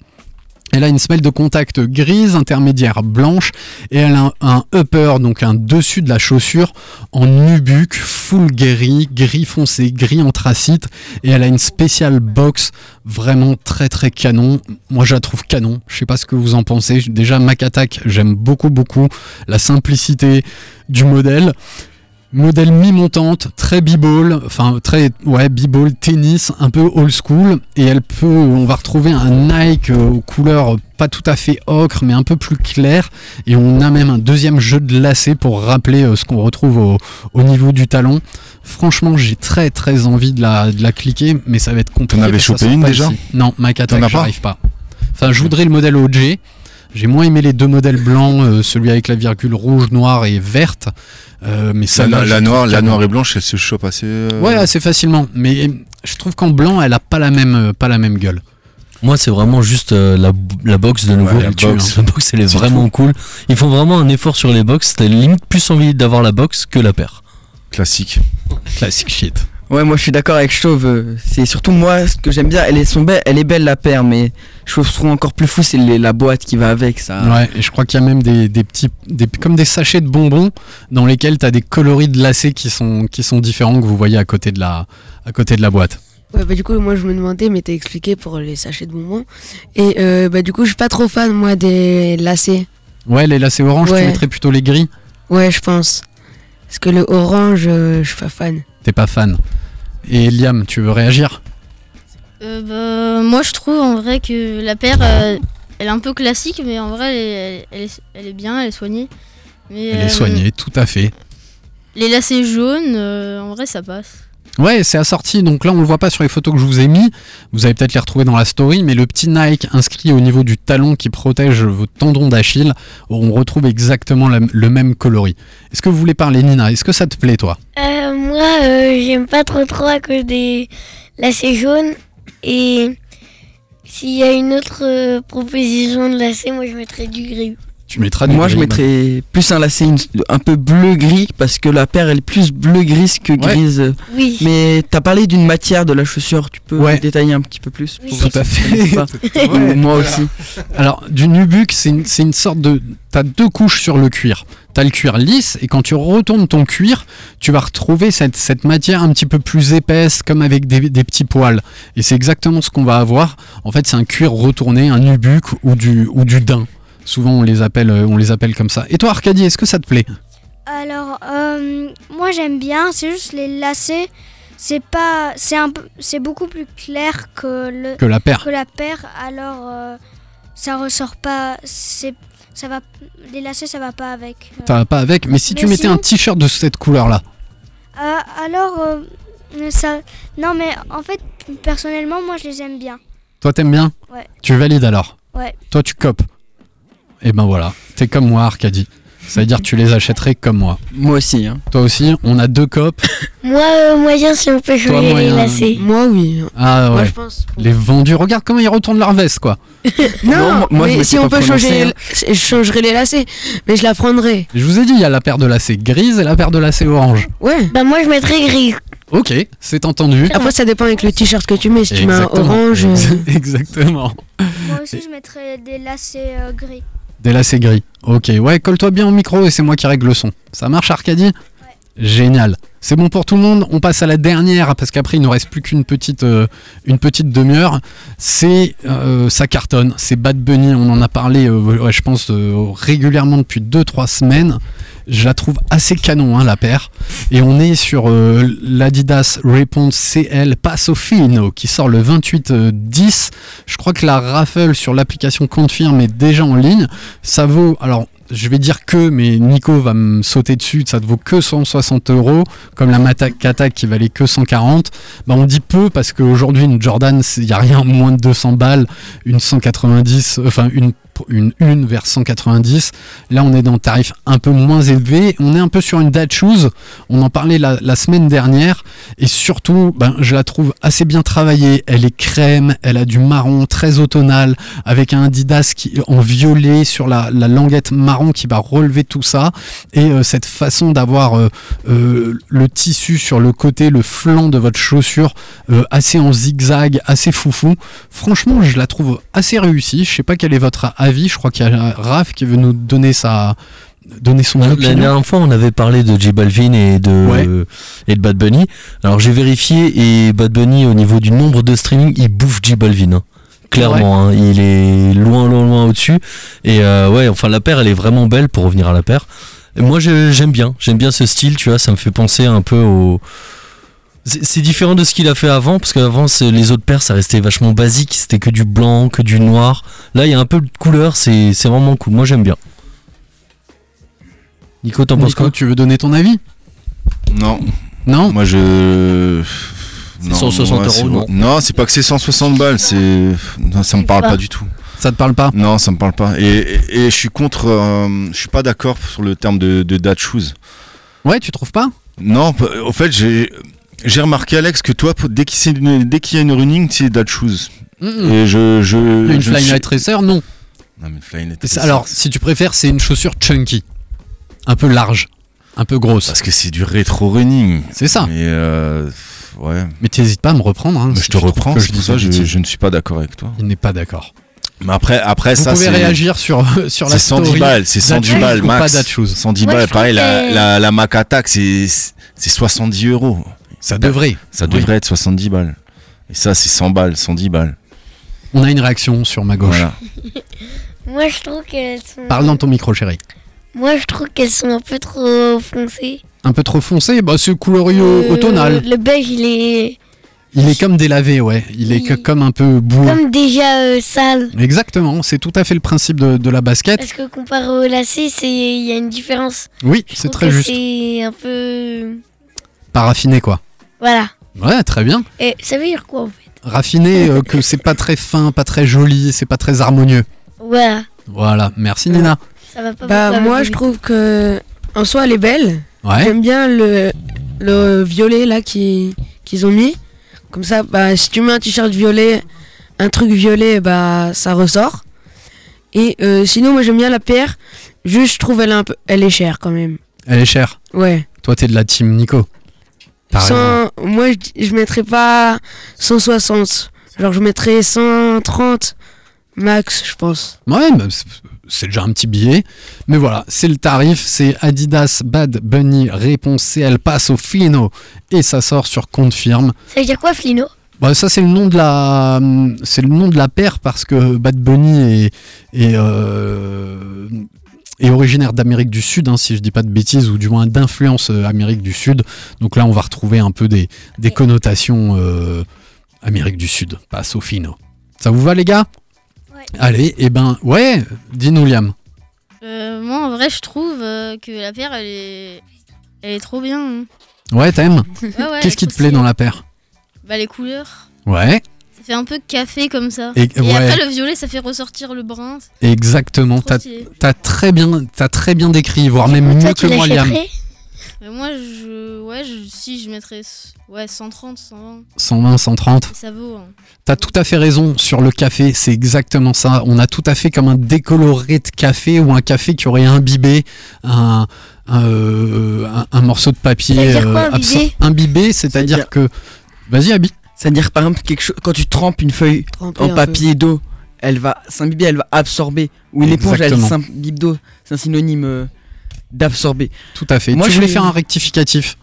Speaker 1: Elle a une semelle de contact grise, intermédiaire blanche, et elle a un, un upper, donc un dessus de la chaussure, en nubuck, full guéri, gris foncé, gris anthracite, et elle a une spéciale box vraiment très très canon. Moi je la trouve canon, je sais pas ce que vous en pensez. Déjà, Mac Attack, j'aime beaucoup beaucoup la simplicité du modèle. Modèle mi-montante, très b-ball, enfin très ouais b-ball tennis, un peu old school, et elle peut, on va retrouver un Nike euh, aux couleurs pas tout à fait ocre, mais un peu plus clair, et on a même un deuxième jeu de lacets pour rappeler euh, ce qu'on retrouve au, au niveau du talon. Franchement, j'ai très très envie de la, de la cliquer, mais ça va être compliqué.
Speaker 12: avais
Speaker 1: parce que ça
Speaker 12: chopé
Speaker 1: sort
Speaker 12: une
Speaker 1: pas
Speaker 12: déjà
Speaker 1: ici. Non, Mac Attack,
Speaker 12: T'en as pas
Speaker 1: j'arrive pas. Enfin, je voudrais le modèle OG. J'ai moins aimé les deux modèles blancs, euh, celui avec la virgule rouge, noire et verte. Euh, mais ça, là,
Speaker 12: La, la-
Speaker 1: je
Speaker 12: la
Speaker 1: trouve
Speaker 12: noire, la
Speaker 1: qu'elle-
Speaker 12: noire et blanche, elle se chope assez. euh,
Speaker 1: Ouais, assez facilement. Mais je trouve qu'en blanc, elle a pas euh, la même, euh, pas la même gueule.
Speaker 11: Moi, c'est vraiment juste euh, la, la box de
Speaker 12: Ouais,
Speaker 11: nouveau.
Speaker 12: la
Speaker 11: elle tue, hein. la,
Speaker 12: box.
Speaker 11: box. elle est
Speaker 12: C'est
Speaker 11: vraiment
Speaker 12: tout.
Speaker 11: cool. Ils font vraiment un effort sur les box. T'as limite plus envie d'avoir la box que la paire.
Speaker 12: Classique.
Speaker 1: Classique shit.
Speaker 7: Ouais, moi je suis d'accord avec Chauve. euh, C'est surtout moi ce que j'aime bien. Elle est, son be- elle est belle la paire, mais je trouve- je trouve encore plus fou c'est les- la boîte qui va avec ça.
Speaker 1: Ouais, et je crois qu'il y a même des, des petits, des, comme des sachets de bonbons dans lesquels t'as des coloris de lacets qui sont, qui sont différents que vous voyez à côté de la, à côté de la boîte.
Speaker 10: Ouais, bah du coup, moi je me demandais, mais t'as expliqué pour les sachets de bonbons. Et euh, bah du coup, je suis pas trop fan, moi, des lacets.
Speaker 1: Ouais, les lacets orange, tu
Speaker 10: Ouais.
Speaker 1: mettrais plutôt les gris.
Speaker 10: Ouais, je pense. Parce que le orange, euh, je suis pas fan.
Speaker 1: T'es pas fan. Et Liam, tu veux réagir
Speaker 8: Euh, bah, moi, je trouve en vrai que la paire, euh, elle est un peu classique, mais en vrai, elle est, elle est- elle est bien, elle est soignée. Mais,
Speaker 1: Elle
Speaker 8: euh,
Speaker 1: est soignée, tout à fait.
Speaker 8: Les lacets jaunes, euh, en vrai, ça passe.
Speaker 1: Ouais, c'est assorti, donc là on le voit pas sur les photos que je vous ai mis. Vous allez peut-être les retrouver dans la story, mais le petit Nike inscrit au niveau du talon qui protège votre tendon d'Achille, on retrouve exactement la- le même coloris. Est-ce que vous voulez parler, Nina Est-ce que ça te plaît, toi
Speaker 14: Euh, moi, euh, j'aime pas trop trop à cause des lacets jaunes. Et s'il y a une autre euh, proposition de lacet, moi je mettrais du gris.
Speaker 1: Tu mettras
Speaker 7: Ah, Moi je mettrais plus un lacet une- un peu bleu-gris parce que la paire elle est plus bleu-grise que grise.
Speaker 14: Oui.
Speaker 7: Mais t'as parlé d'une matière de la chaussure, tu peux détailler un petit peu plus
Speaker 14: Oui,
Speaker 7: pour
Speaker 14: Tout
Speaker 7: ceux
Speaker 1: à
Speaker 7: qui
Speaker 1: fait.
Speaker 7: connaissent pas.
Speaker 1: Ouais,
Speaker 7: Ou Moi
Speaker 1: voilà.
Speaker 7: aussi.
Speaker 1: Alors, du nubuck, c'est une, c'est une sorte de. T'as deux couches sur le cuir. T'as le cuir lisse, et quand tu retournes ton cuir, tu vas retrouver cette, cette matière un petit peu plus épaisse, comme avec des, des petits poils. Et c'est exactement ce qu'on va avoir. En fait, c'est un cuir retourné, un nubuck ou du, ou du daim. Souvent, on les, appelle, euh, on les appelle comme ça. Et toi, Arcadie, est-ce que ça te plaît
Speaker 9: Alors, euh, moi j'aime bien, c'est juste les lacets. C'est pas, c'est un, peu- c'est beaucoup plus clair que le
Speaker 1: Que la paire.
Speaker 9: que la paire. Alors, euh, ça ressort pas. C'est, ça va, les lacets ça va pas avec.
Speaker 1: T'as pas avec, mais si tu
Speaker 9: Mais
Speaker 1: mettais
Speaker 9: sinon-
Speaker 1: un t-shirt de cette couleur-là,
Speaker 9: Euh, alors, euh, ça, non mais en fait, personnellement, moi je les aime bien.
Speaker 1: toi, t'aimes bien
Speaker 9: Ouais.
Speaker 1: Tu valides alors
Speaker 9: Ouais.
Speaker 1: Toi, tu copes. Et ben voilà, t'es comme moi, Arcadie. Ça veut dire que tu les achèterais comme moi.
Speaker 7: Moi aussi.
Speaker 1: Toi aussi, hein. on a deux copes.
Speaker 14: Moi, euh, moyen si on peut
Speaker 1: Toi,
Speaker 14: changer les
Speaker 1: moyen.
Speaker 14: lacets.
Speaker 10: Moi, oui.
Speaker 1: Ah ouais.
Speaker 10: Moi, je pense.
Speaker 1: Les vendus, regarde comment ils retournent leur veste, quoi. Non, moi- moi, je
Speaker 10: mais
Speaker 1: m'étais
Speaker 10: si
Speaker 1: pas
Speaker 10: on peut
Speaker 1: prononcé,
Speaker 10: changer,
Speaker 1: hein.
Speaker 10: les- je changerais les lacets, mais je la prendrais.
Speaker 1: Je vous ai dit, il y a la paire de lacets grise et la paire de lacets orange.
Speaker 10: Ouais.
Speaker 14: Bah moi, je mettrais gris.
Speaker 1: Ok, c'est entendu.
Speaker 10: Après, ça dépend avec le t-shirt que tu mets. Si tu mets un
Speaker 1: Exactement.
Speaker 10: orange. euh,
Speaker 1: Exactement.
Speaker 9: Moi aussi, je mettrais des lacets euh, gris.
Speaker 1: Des lacets gris. Ok, ouais, colle-toi bien au micro et c'est moi qui règle le son. Ça marche, Arcadie Génial. C'est bon pour tout le monde. On passe à la dernière parce qu'après il nous reste plus qu'une petite, euh, une petite demi-heure. C'est euh, ça cartonne. C'est Bad Bunny. On en a parlé, euh, ouais, je pense euh, régulièrement depuis 2-3 semaines. Je la trouve assez canon, hein, la paire. Et on est sur euh, l'Adidas Response CL Passo Fino qui sort le 28 euh, 10. Je crois que la raffle sur l'application Confirm est déjà en ligne. Ça vaut, alors je vais dire que, mais Nico va me sauter dessus, ça ne vaut que 160 euros, comme la Matacata qui valait que 140. Bah, on dit peu parce qu'aujourd'hui, une Jordan, c'est- il n'y a rien moins de 200 balles, une 190, enfin une une une vers 190. Là, on est dans le tarif un peu moins élevé. On est un peu sur une date shoes. On en parlait la, la semaine dernière. Et surtout, ben, je la trouve assez bien travaillée. Elle est crème, elle a du marron très automnal, avec un Adidas qui, en violet sur la, la languette marron qui va relever tout ça. Et euh, cette façon d'avoir euh, euh, le tissu sur le côté, le flanc de votre chaussure, euh, assez en zigzag, assez foufou. Franchement, je la trouve assez réussie. Je sais pas quel est votre avis. Je crois qu'il y a Raph qui veut nous donner sa donner son
Speaker 11: La- La
Speaker 1: opinion.
Speaker 11: dernière fois, on avait parlé de J Balvin et de,
Speaker 1: Ouais.
Speaker 11: et de Bad Bunny. Alors j'ai vérifié et Bad Bunny, au niveau du nombre de streaming, il bouffe J Balvin. hein. Clairement, hein. il est loin, loin, loin au-dessus. Et euh, ouais, enfin, la paire, elle est vraiment belle pour revenir à la paire. Et moi, je- j'aime bien. J'aime bien ce style, tu vois. Ça me fait penser un peu au. C'est c'est différent de ce qu'il a fait avant, parce qu'avant, c'est- les autres paires, ça restait vachement basique. C'était que du blanc, que du noir. Là, il y a un peu de couleur. C'est c'est vraiment cool. Moi, j'aime bien. Nico, t'en penses
Speaker 1: Nico,
Speaker 11: quoi
Speaker 1: Tu veux donner ton avis
Speaker 12: Non.
Speaker 1: Non
Speaker 12: Moi je.
Speaker 11: C'est 160
Speaker 12: moi, c'est-
Speaker 11: euros, non
Speaker 12: Non, c'est pas que c'est 160 balles, c'est. Non, ça me parle
Speaker 11: pas.
Speaker 12: pas du tout.
Speaker 1: Ça te parle pas
Speaker 12: Non, ça me parle pas. Et, et- et je suis contre. euh, je suis pas d'accord sur le terme de, de date shoes.
Speaker 1: Ouais, tu trouves pas
Speaker 12: Non, p- au fait, j'ai j'ai remarqué, Alex, que toi, pour- dès qu'il s'est- dès qu'il y a une running, c'est date shoes. Et je, Euh, je,
Speaker 1: Hmm. Une
Speaker 12: je
Speaker 1: Fly
Speaker 12: suis-
Speaker 1: Night Racer, non.
Speaker 12: Non, mais Flyknit
Speaker 1: Et ça- Alors, si tu préfères, c'est une chaussure chunky. Un peu large, un peu grosse.
Speaker 12: Parce que c'est du rétro running.
Speaker 1: C'est ça.
Speaker 12: Mais euh, pff, ouais.
Speaker 1: Mais t'hésites pas à me reprendre. hein,
Speaker 12: Mais
Speaker 1: si
Speaker 12: Bah, je
Speaker 1: tu
Speaker 12: te
Speaker 1: trouves
Speaker 12: reprends,
Speaker 1: que
Speaker 12: c'est
Speaker 1: dis
Speaker 12: pour ça
Speaker 1: des
Speaker 12: je,
Speaker 1: bêtises.
Speaker 12: je ne suis pas d'accord avec toi.
Speaker 1: Il n'est pas d'accord.
Speaker 12: Mais après, après
Speaker 1: Vous
Speaker 12: ça,
Speaker 1: pouvez
Speaker 12: c'est-
Speaker 1: réagir sur, euh, sur la
Speaker 12: C'est 110
Speaker 1: story
Speaker 12: balles, c'est 110
Speaker 1: d'Hatchouz
Speaker 12: balles,
Speaker 1: ou
Speaker 12: max.
Speaker 1: Pas d'Hatchouz.
Speaker 12: 110
Speaker 1: Moi, je
Speaker 12: balles,
Speaker 1: trouve
Speaker 12: pareil, la,
Speaker 1: que-
Speaker 12: la, la Mac Attack, c'est c'est 70 euros.
Speaker 1: Ça devrait.
Speaker 12: Ça
Speaker 1: Oui.
Speaker 12: devrait être 70 balles. Et ça, c'est 100 balles, 110 balles.
Speaker 1: On a une réaction sur ma gauche.
Speaker 12: Voilà.
Speaker 14: Moi, je trouve qu'elles sont.
Speaker 1: Parle dans ton micro, chérie.
Speaker 14: Moi, je trouve qu'elles sont un peu trop foncées.
Speaker 1: Un peu trop foncé, bah, c'est coloris
Speaker 14: Euh,
Speaker 1: automnal.
Speaker 14: Le beige, il est
Speaker 1: Il est comme délavé, ouais. Il est que- comme un peu boueux.
Speaker 14: comme déjà euh, sale.
Speaker 1: Exactement, c'est tout à fait le principe de, de la basket.
Speaker 14: Parce que comparé au lacet, c'est il y a une différence.
Speaker 1: Oui,
Speaker 14: Je
Speaker 1: c'est très
Speaker 14: trouve que
Speaker 1: juste.
Speaker 14: C'est un peu
Speaker 1: Pas raffiné, quoi.
Speaker 14: voilà.
Speaker 1: Ouais, très bien.
Speaker 14: Et ça veut dire quoi en fait
Speaker 1: Raffiné, euh, que c'est pas très fin, pas très joli, c'est pas très harmonieux.
Speaker 14: Voilà,
Speaker 1: Voilà, merci Nina.
Speaker 14: ça va pas.
Speaker 10: Bah
Speaker 14: beaucoup
Speaker 10: moi
Speaker 14: avec
Speaker 10: je
Speaker 14: le-
Speaker 10: trouve que en soi elle est belle.
Speaker 1: Ouais.
Speaker 10: J'aime bien le, le violet là qui qu'ils ont mis. Comme ça bah si tu mets un t-shirt violet, un truc violet bah ça ressort. Et euh, sinon moi j'aime bien la paire. Juste je trouve elle est un peu elle est chère quand même.
Speaker 1: Elle est chère.
Speaker 10: Ouais.
Speaker 1: Toi, t'es de la team Nico. T'as raison.
Speaker 10: Cent- moi je, je mettrais pas 160. Genre je mettrais 130 max je pense.
Speaker 1: Ouais, bah, c'est- c'est déjà un petit billet. Mais voilà, c'est le tarif. C'est Adidas Bad Bunny Réponse CL passe au Fino. Et ça sort sur Confirm.
Speaker 14: Ça veut dire quoi, Flino
Speaker 1: Bah, ça c'est le nom de la c'est le nom de la paire parce que Bad Bunny est est, euh, est originaire d'Amérique du Sud hein, si je dis pas de bêtises ou du moins d'influence euh, Amérique du Sud donc là on va retrouver un peu des, des connotations euh, Amérique du Sud pas Sofino ça vous va les gars allez et ben ouais dis-nous Liam
Speaker 8: Euh, moi, en vrai, je trouve euh, que la paire, elle est, elle est trop bien. hein.
Speaker 1: ouais t'aimes
Speaker 8: Ouais, ouais,
Speaker 1: qu'est-ce qui te
Speaker 8: elle est
Speaker 1: plaît dans la paire
Speaker 8: Bah, les couleurs.
Speaker 1: ouais
Speaker 8: Ça fait un peu café comme ça.
Speaker 1: Et-
Speaker 8: Et,
Speaker 1: ouais.
Speaker 8: après, le violet, ça fait ressortir le brun.
Speaker 1: exactement
Speaker 8: Trop
Speaker 1: t'as
Speaker 8: stylé.
Speaker 1: t'as très bien t'as très bien décrit voire même mieux que moi Liam
Speaker 8: Mais moi, je. Ouais, je- si, je mettrais. s- Ouais, 130, 120.
Speaker 1: 120 130
Speaker 8: Et ça vaut. hein.
Speaker 1: T'as tout à fait raison sur le café, c'est exactement ça. On a tout à fait comme un décoloré de café ou un café qui aurait imbibé un, un, euh, un- un morceau de papier
Speaker 7: Ça veut dire quoi,
Speaker 1: absent-
Speaker 7: imbibé
Speaker 1: imbibé, c'est-à-dire que vas-y Abby.
Speaker 7: C'est-à-dire par exemple quelque chose quand tu trempes une feuille
Speaker 11: Tremper un
Speaker 7: en
Speaker 11: peu.
Speaker 7: papier d'eau, elle va s'imbiber, elle va absorber. Ou une éponge, elle
Speaker 1: Exactement.
Speaker 7: s'imbibe d'eau. C'est un synonyme euh, d'absorber. Euh,
Speaker 1: Tout à fait. Tu voulais faire un rectificatif.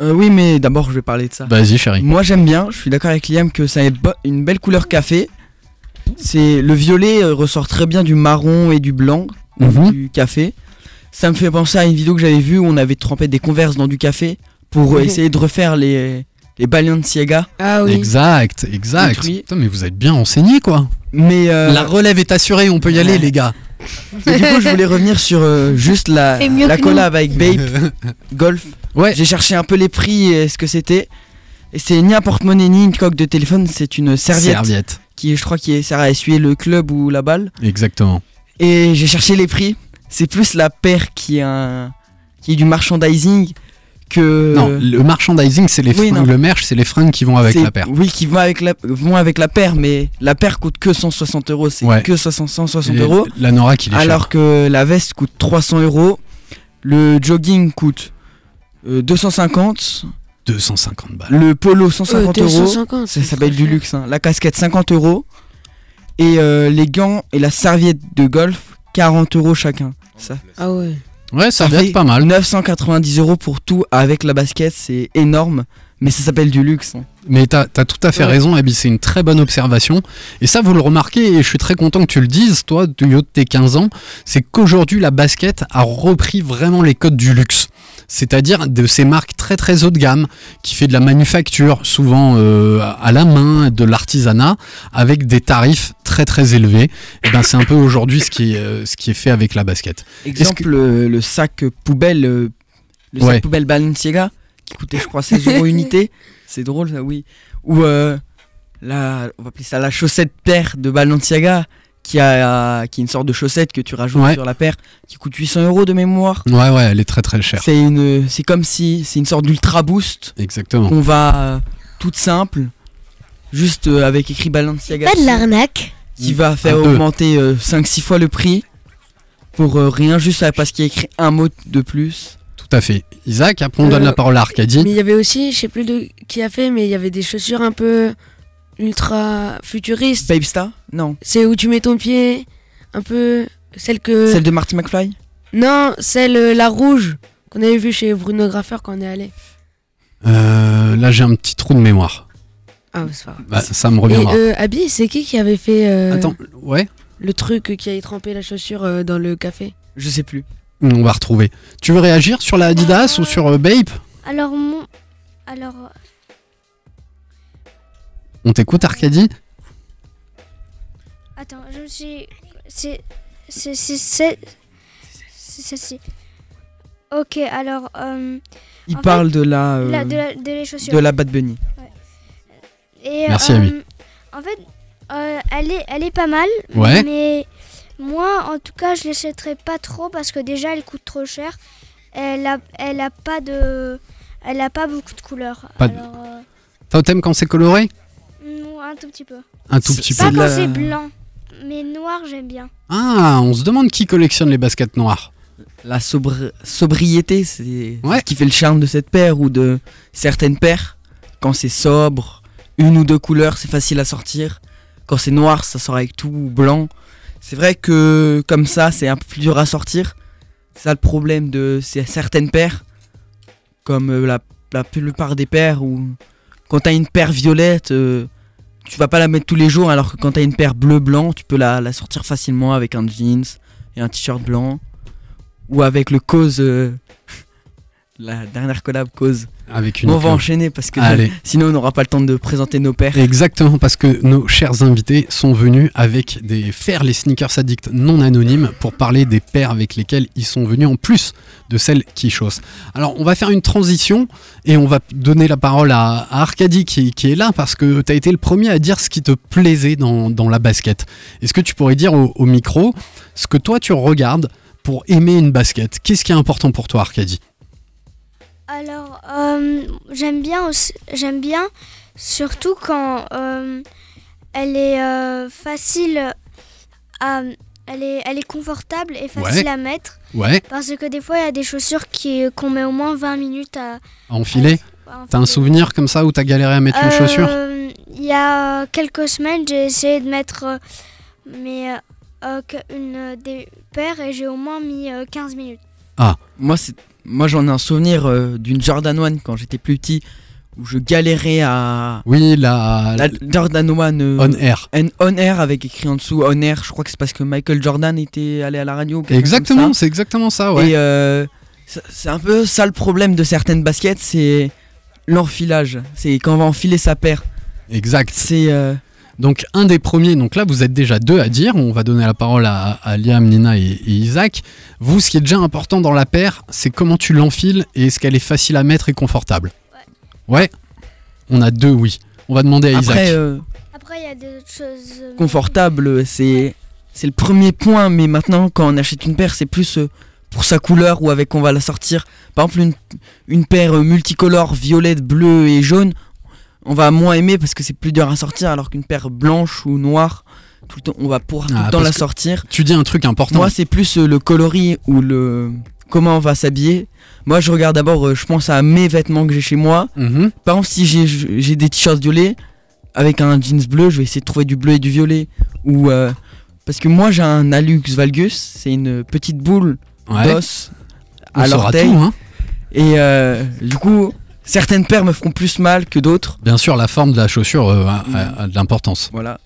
Speaker 7: oui, mais d'abord je vais parler de ça.
Speaker 1: Vas-y, chérie.
Speaker 7: Moi j'aime bien. Je suis d'accord avec Liam que ça ait bo- une belle couleur café. C'est le violet euh, ressort très bien du marron et du blanc
Speaker 1: Mhm.
Speaker 7: du café. Ça me fait penser à une vidéo que j'avais vue où on avait trempé des converses dans du café pour euh, essayer de refaire les les Balenciaga.
Speaker 10: Ah
Speaker 1: Exact, exact.
Speaker 7: Détruit.
Speaker 1: Putain, mais vous êtes bien enseigné quoi.
Speaker 7: Mais euh,
Speaker 1: La relève est assurée, on peut y aller les gars.
Speaker 7: Et du coup, je voulais revenir sur euh, juste la,
Speaker 1: Fais mieux
Speaker 7: la
Speaker 1: que nous.
Speaker 7: collab avec
Speaker 1: Euh,
Speaker 7: Bape Golf.
Speaker 1: Ouais.
Speaker 7: J'ai cherché un peu les prix et ce que c'était. Et c'est ni un porte-monnaie ni une coque de téléphone, c'est une serviette.
Speaker 1: Serviette.
Speaker 7: Qui, je crois, qui sert à essuyer le club ou la balle.
Speaker 1: Exactement.
Speaker 7: Et j'ai cherché les prix. C'est plus la paire qui est, un, qui est du merchandising que.
Speaker 1: Non, le merchandising, c'est les
Speaker 7: Euh, Oui,
Speaker 1: fringues,
Speaker 7: non.
Speaker 1: le merch, c'est les fringues qui vont avec
Speaker 7: C'est-
Speaker 1: la paire.
Speaker 7: Oui, qui vont avec, la, vont avec la paire, mais la paire coûte que 160 euros. C'est
Speaker 1: Ouais.
Speaker 7: que 500, 160
Speaker 1: Et
Speaker 7: euros.
Speaker 1: La Nora qui est chère.
Speaker 7: Alors que la veste coûte 300 euros. Le jogging coûte euh, 250.
Speaker 1: 250 balles.
Speaker 7: Le polo 150
Speaker 10: Euh,
Speaker 7: euros.
Speaker 10: 250,
Speaker 7: Ça, ça va être du luxe. hein. La casquette 50 euros. Et euh, les gants et la serviette de golf 40 euros chacun. Ça.
Speaker 10: Ah ouais.
Speaker 1: Ouais, ça
Speaker 7: fait
Speaker 1: pas mal.
Speaker 7: 990 euros pour tout avec la basket, c'est énorme, mais ça s'appelle du luxe. hein.
Speaker 1: Mais t'as as tout à fait
Speaker 7: Ouais.
Speaker 1: raison, Abby, c'est une très bonne observation. Et ça, vous le remarquez, et je suis très content que tu le dises, toi, du haut de tes 15 ans, c'est qu'aujourd'hui, la basket a repris vraiment les codes du luxe. C'est-à-dire de ces marques très très haut de gamme, qui fait de la manufacture, souvent euh, à la main, de l'artisanat, avec des tarifs très très élevés. Et ben, c'est un peu aujourd'hui ce, qui est, euh, ce qui est fait avec la basket. Est-ce
Speaker 7: Exemple, euh, le sac poubelle, euh, le
Speaker 1: Ouais.
Speaker 7: sac poubelle Balenciaga, qui coûtait, je crois, 16 euros unité. C'est drôle, ça, oui. Ou euh, la, on va appeler ça la chaussette paire de Balenciaga, qui, a, qui est une sorte de chaussette que tu rajoutes
Speaker 1: Ouais.
Speaker 7: sur la paire, qui coûte 800 euros de mémoire.
Speaker 1: Ouais, ouais, elle est très très chère.
Speaker 7: C'est une, c'est comme si, c'est une sorte d'ultra boost
Speaker 1: Exactement.
Speaker 7: qu'on va euh, toute simple. juste euh, avec écrit Balenciaga.
Speaker 14: Pas de
Speaker 7: dessus,
Speaker 14: l'arnaque.
Speaker 7: Qui va faire
Speaker 14: Un peu.
Speaker 7: augmenter 5-6 fois le prix pour euh, rien, juste parce qu'il y a écrit un mot de plus.
Speaker 1: Tout à fait. Isaac, après on donne
Speaker 10: Euh,
Speaker 1: la parole à Arcadie.
Speaker 10: Mais il y avait aussi, je sais plus de qui a fait, mais il y avait des chaussures un peu ultra futuristes.
Speaker 7: Babe Star Non.
Speaker 10: C'est où tu mets ton pied, un peu celle
Speaker 9: Euh.
Speaker 10: que.
Speaker 7: Celle de Marty McFly
Speaker 10: Non, celle euh, la rouge qu'on avait vue chez Bruno Graffer quand on est allé.
Speaker 1: Euh, là, j'ai un petit trou de mémoire.
Speaker 10: Ah, bah, c'est pas grave.
Speaker 1: Bah, ça me reviendra.
Speaker 10: Et, euh, Abby, c'est qui qui avait fait. euh,
Speaker 1: Attends, ouais.
Speaker 10: Le truc qui avait trempé la chaussure euh, dans le café.
Speaker 7: Je sais plus.
Speaker 1: On va retrouver. Tu veux réagir sur la Adidas ou sur euh, Bape
Speaker 9: Alors, mon. Alors. euh,
Speaker 1: On t'écoute, Arcadie
Speaker 9: Attends, je me suis. C'est. C'est. C'est. C'est. C'est celle-ci. Ok, alors. euh,
Speaker 7: Il
Speaker 9: en fait,
Speaker 7: parle de la, euh,
Speaker 9: la- de la- de les chaussures.
Speaker 7: de la Bad Bunny.
Speaker 9: Et,
Speaker 7: Merci,
Speaker 9: euh,
Speaker 7: Ami.
Speaker 9: En fait, euh, elle, est, elle est pas mal.
Speaker 1: Ouais.
Speaker 9: Mais moi, en tout cas, je l'achèterai pas trop parce que déjà, elle coûte trop cher. Elle a, elle a pas de. Elle a pas beaucoup de couleurs.
Speaker 1: Pas de-
Speaker 9: Alors, euh,
Speaker 1: Toi, t'aimes quand c'est coloré
Speaker 9: mm, un tout petit peu.
Speaker 1: Un tout petit
Speaker 9: Pas
Speaker 1: peu.
Speaker 9: quand c'est blanc. Mais noir, j'aime bien.
Speaker 1: Ah, on se demande qui collectionne les baskets noires.
Speaker 7: La sobre- sobriété, c'est c'est ce qui fait le charme de cette paire ou de certaines paires. Quand c'est sobre, une ou deux couleurs, c'est facile à sortir. Quand c'est noir, ça sort avec tout, ou blanc. C'est vrai que comme ça, c'est un peu plus dur à sortir. C'est ça le problème de ces- certaines paires, comme euh, la, la plupart des paires, où quand t'as une paire violette, euh, tu vas pas la mettre tous les jours, alors que quand t'as une paire bleu-blanc, tu peux la, la sortir facilement avec un jeans et un t-shirt blanc ou avec le cause euh, la dernière collab cause
Speaker 1: avec une
Speaker 7: on va
Speaker 1: autre.
Speaker 7: enchaîner parce que
Speaker 1: Allez.
Speaker 7: sinon on n'aura pas le temps de présenter nos pères
Speaker 1: Exactement, parce que nos chers invités sont venus avec des faire les sneakers addicts non anonymes pour parler des paires avec lesquelles ils sont venus en plus de celles qui chaussent. Alors, on va faire une transition et on va donner la parole à, à Arcadie qui, qui est là parce que tu as été le premier à dire ce qui te plaisait dans, dans la basket. Est-ce que tu pourrais dire au, au micro ce que toi tu regardes pour aimer une basket Qu'est-ce qui est important pour toi, Arcadie
Speaker 9: Alors, euh, j'aime bien, aussi- j'aime bien, surtout quand euh, elle est euh, facile à, elle est, elle est confortable et facile
Speaker 1: Ouais.
Speaker 9: à mettre.
Speaker 1: Ouais.
Speaker 9: Parce que des fois, il y a des chaussures qui qu'on met au moins 20 minutes à.
Speaker 1: À enfiler
Speaker 14: Euh,
Speaker 1: T'as un souvenir comme ça où t'as galéré à mettre une chaussure
Speaker 9: Euh, Il y a quelques semaines, j'ai essayé de mettre euh, mais euh, que- une euh, des paires et j'ai au moins mis euh, 15 minutes.
Speaker 1: Ah.
Speaker 7: Moi, c'est- moi j'en ai un souvenir euh, d'une Jordan One quand j'étais plus petit, où je galérais à.
Speaker 1: Oui, la.
Speaker 7: Jordan One. euh,
Speaker 1: On Air.
Speaker 7: and on Air avec écrit en dessous On Air. Je crois que c'est parce que Michael Jordan était allé à la radio. ou quelque chose comme
Speaker 1: Exactement,
Speaker 7: ça.
Speaker 1: c'est exactement ça, ouais.
Speaker 7: Et euh, c'est c'est un peu ça le problème de certaines baskets, c'est l'enfilage. C'est quand on va enfiler sa paire.
Speaker 1: Exact.
Speaker 7: C'est. euh,
Speaker 1: Donc un des premiers, donc là vous êtes déjà deux à dire, on va donner la parole à, à Liam, Nina et, et Isaac. Vous, ce qui est déjà important dans la paire, c'est comment tu l'enfiles et est-ce qu'elle est facile à mettre et confortable. Ouais. On a deux oui. On va demander à
Speaker 7: Après,
Speaker 1: Isaac.
Speaker 7: euh,
Speaker 9: Après, il y a des autres choses. euh,
Speaker 7: confortable, c'est c'est le premier point. Mais maintenant, quand on achète une paire, c'est plus euh, pour sa couleur ou avec on va la sortir. Par exemple, une, une paire euh, multicolore, violette, bleue et jaune, on va moins aimer parce que c'est plus dur à sortir. Alors qu'une paire blanche ou noire, tout le temps, on va pouvoir tout
Speaker 1: Ah,
Speaker 7: le temps
Speaker 1: parce
Speaker 7: la
Speaker 1: que
Speaker 7: sortir.
Speaker 1: Tu dis un truc important.
Speaker 7: Moi, c'est plus euh, le coloris ou le comment on va s'habiller. Moi, je regarde d'abord, euh, je pense à mes vêtements que j'ai chez moi.
Speaker 1: Mhm.
Speaker 7: Par exemple, si j'ai- j'ai des t-shirts violets avec un jeans bleu, je vais essayer de trouver du bleu et du violet. Ou euh, parce que moi, j'ai un Alux Valgus, c'est une petite boule
Speaker 1: Ouais.
Speaker 7: d'os
Speaker 1: On
Speaker 7: à
Speaker 1: saura
Speaker 7: l'orteil.
Speaker 1: tout, hein.
Speaker 7: Et euh, du coup, certaines paires me feront plus mal que d'autres.
Speaker 1: Bien sûr, la forme de la chaussure euh, a, a- a de l'importance.
Speaker 7: Voilà.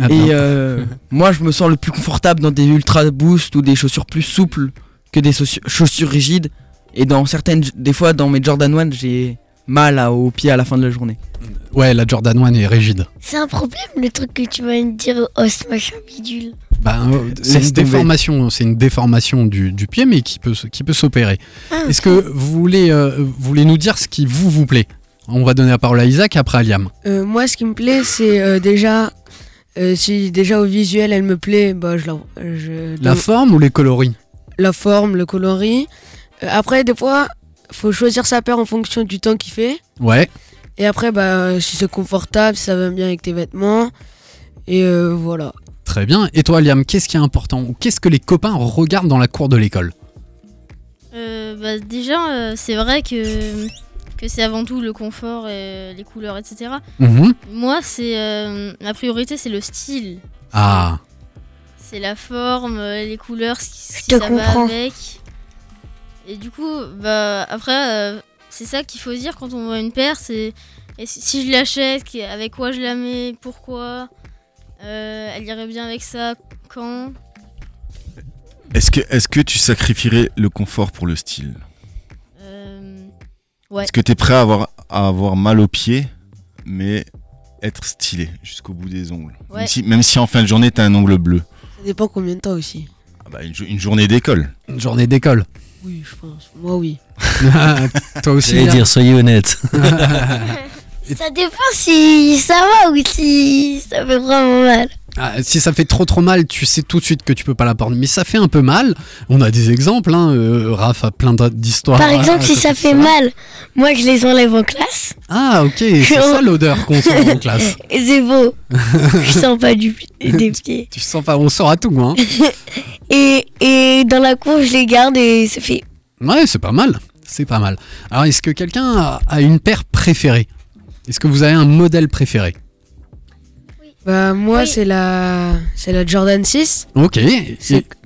Speaker 1: Ah
Speaker 7: et
Speaker 1: ben.
Speaker 7: euh, moi, je me sens le plus confortable dans des Ultra Boost ou des chaussures plus souples que des chaussu- chaussures rigides. Et dans certaines, des fois, dans mes Jordan 1, j'ai mal à- aux pieds à la fin de la journée.
Speaker 1: Ouais, la Jordan 1 est rigide.
Speaker 14: C'est un problème le truc que tu vas me dire, oh ce machin bidule.
Speaker 7: Bah,
Speaker 1: Ben, euh, c'est
Speaker 7: Laisse
Speaker 1: une
Speaker 7: tomber.
Speaker 1: déformation, c'est une déformation du, du pied, mais qui peut, se- qui peut s'opérer.
Speaker 14: Ah,
Speaker 1: Est-ce que vous voulez, euh, vous voulez nous dire ce qui vous vous plaît On va donner la parole à Isaac après à Liam.
Speaker 10: Euh, moi, ce qui me plaît, c'est euh, déjà. euh, si déjà au visuel elle me plaît, bah, je la. euh, je-
Speaker 1: La
Speaker 10: donc,
Speaker 1: forme ou les coloris
Speaker 10: la forme, le coloris. Euh, après, des fois, faut choisir sa paire en fonction du temps qu'il fait.
Speaker 1: Ouais.
Speaker 10: Et après, bah, si c'est confortable, si ça va bien avec tes vêtements. Et euh, voilà.
Speaker 1: Très bien. Et toi, Liam, qu'est-ce qui est important ou qu'est-ce que les copains regardent dans la cour de l'école
Speaker 8: Euh, bah, déjà, euh, c'est vrai que, que c'est avant tout le confort, et les couleurs, etc.
Speaker 1: Mhm.
Speaker 8: Moi, c'est euh, ma priorité, c'est le style.
Speaker 1: Ah,
Speaker 8: C'est la forme, euh, les couleurs, ce qui ce
Speaker 10: te
Speaker 8: qui ça va
Speaker 10: comprends.
Speaker 8: avec. Et du coup, bah, après, euh, c'est ça qu'il faut se dire quand on voit une paire, c'est et si- si je l'achète, qu'est- avec quoi je la mets, pourquoi, euh, elle irait bien avec ça, quand.
Speaker 12: Est-ce que, est que tu sacrifierais le confort pour le style
Speaker 8: Ouais.
Speaker 12: Est-ce que tu es prêt à avoir, à avoir mal aux pieds, mais être stylé jusqu'au bout des ongles
Speaker 10: Ouais.
Speaker 12: même, si, même si en fin de journée, tu as un ongle bleu.
Speaker 10: Ça dépend combien de temps aussi.
Speaker 12: Ah bah, une, jo- une journée d'école.
Speaker 1: Une journée d'école.
Speaker 10: Oui, je pense. Moi, oui.
Speaker 1: Toi aussi.
Speaker 11: J'allais
Speaker 1: Liam
Speaker 11: dire, soyez honnête.
Speaker 14: Ça dépend si ça va ou si ça fait vraiment mal.
Speaker 1: Ah, si ça fait trop trop mal, tu sais tout de suite que tu peux pas la porter. Mais ça fait un peu mal. On a des exemples. Hein. euh, Raph a plein d'a- d'histoires. euh,
Speaker 14: Par
Speaker 1: à-
Speaker 14: exemple,
Speaker 1: à
Speaker 14: si
Speaker 1: ce
Speaker 14: ça fait
Speaker 1: sujet-là.
Speaker 14: mal, moi je les enlève en classe.
Speaker 1: Ah ok, c'est ça l'odeur qu'on sent en classe.
Speaker 14: Et c'est beau. je sens pas du, des pieds.
Speaker 1: Tu sens pas, on sort à tout. Hein.
Speaker 14: et, et dans la cour, je les garde et ça fait.
Speaker 1: Ouais, c'est pas mal. C'est pas mal. Alors est-ce que quelqu'un a, a une paire préférée Est-ce que vous avez un modèle préféré
Speaker 10: Bah, moi, c'est la... c'est la Jordan 6.
Speaker 1: Ok. et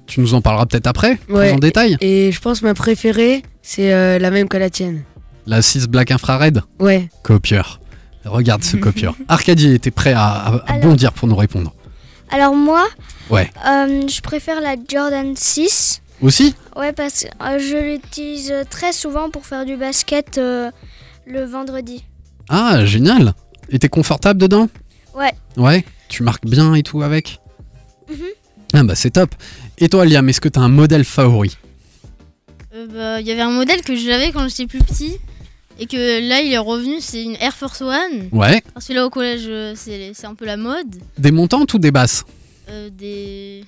Speaker 1: tu nous en parleras peut-être après, plus en détail.
Speaker 10: Et je pense ma préférée, c'est euh, la même que la tienne.
Speaker 1: La 6 Black Infrared
Speaker 10: Ouais.
Speaker 1: Copieur. Regarde ce copieur. Arcadie était prêt à, à- à bondir pour nous répondre.
Speaker 9: Alors moi,
Speaker 1: Ouais.
Speaker 9: euh, je préfère la Jordan 6.
Speaker 1: Aussi
Speaker 9: Ouais, parce que euh, je l'utilise très souvent pour faire du basket euh, le vendredi.
Speaker 1: Ah, génial. Et t'es confortable dedans
Speaker 9: Ouais.
Speaker 1: Ouais. Tu marques bien et tout avec
Speaker 8: Mhm.
Speaker 1: Ah bah c'est top. Et toi Liam, est-ce que t'as un modèle favori
Speaker 8: Euh, bah, Il y avait un modèle que j'avais quand j'étais plus petit et que là il est revenu, c'est une Air Force One.
Speaker 1: Ouais.
Speaker 8: Parce que là au collège euh, c'est c'est un peu la mode
Speaker 1: Des montantes ou des basses
Speaker 8: euh, des,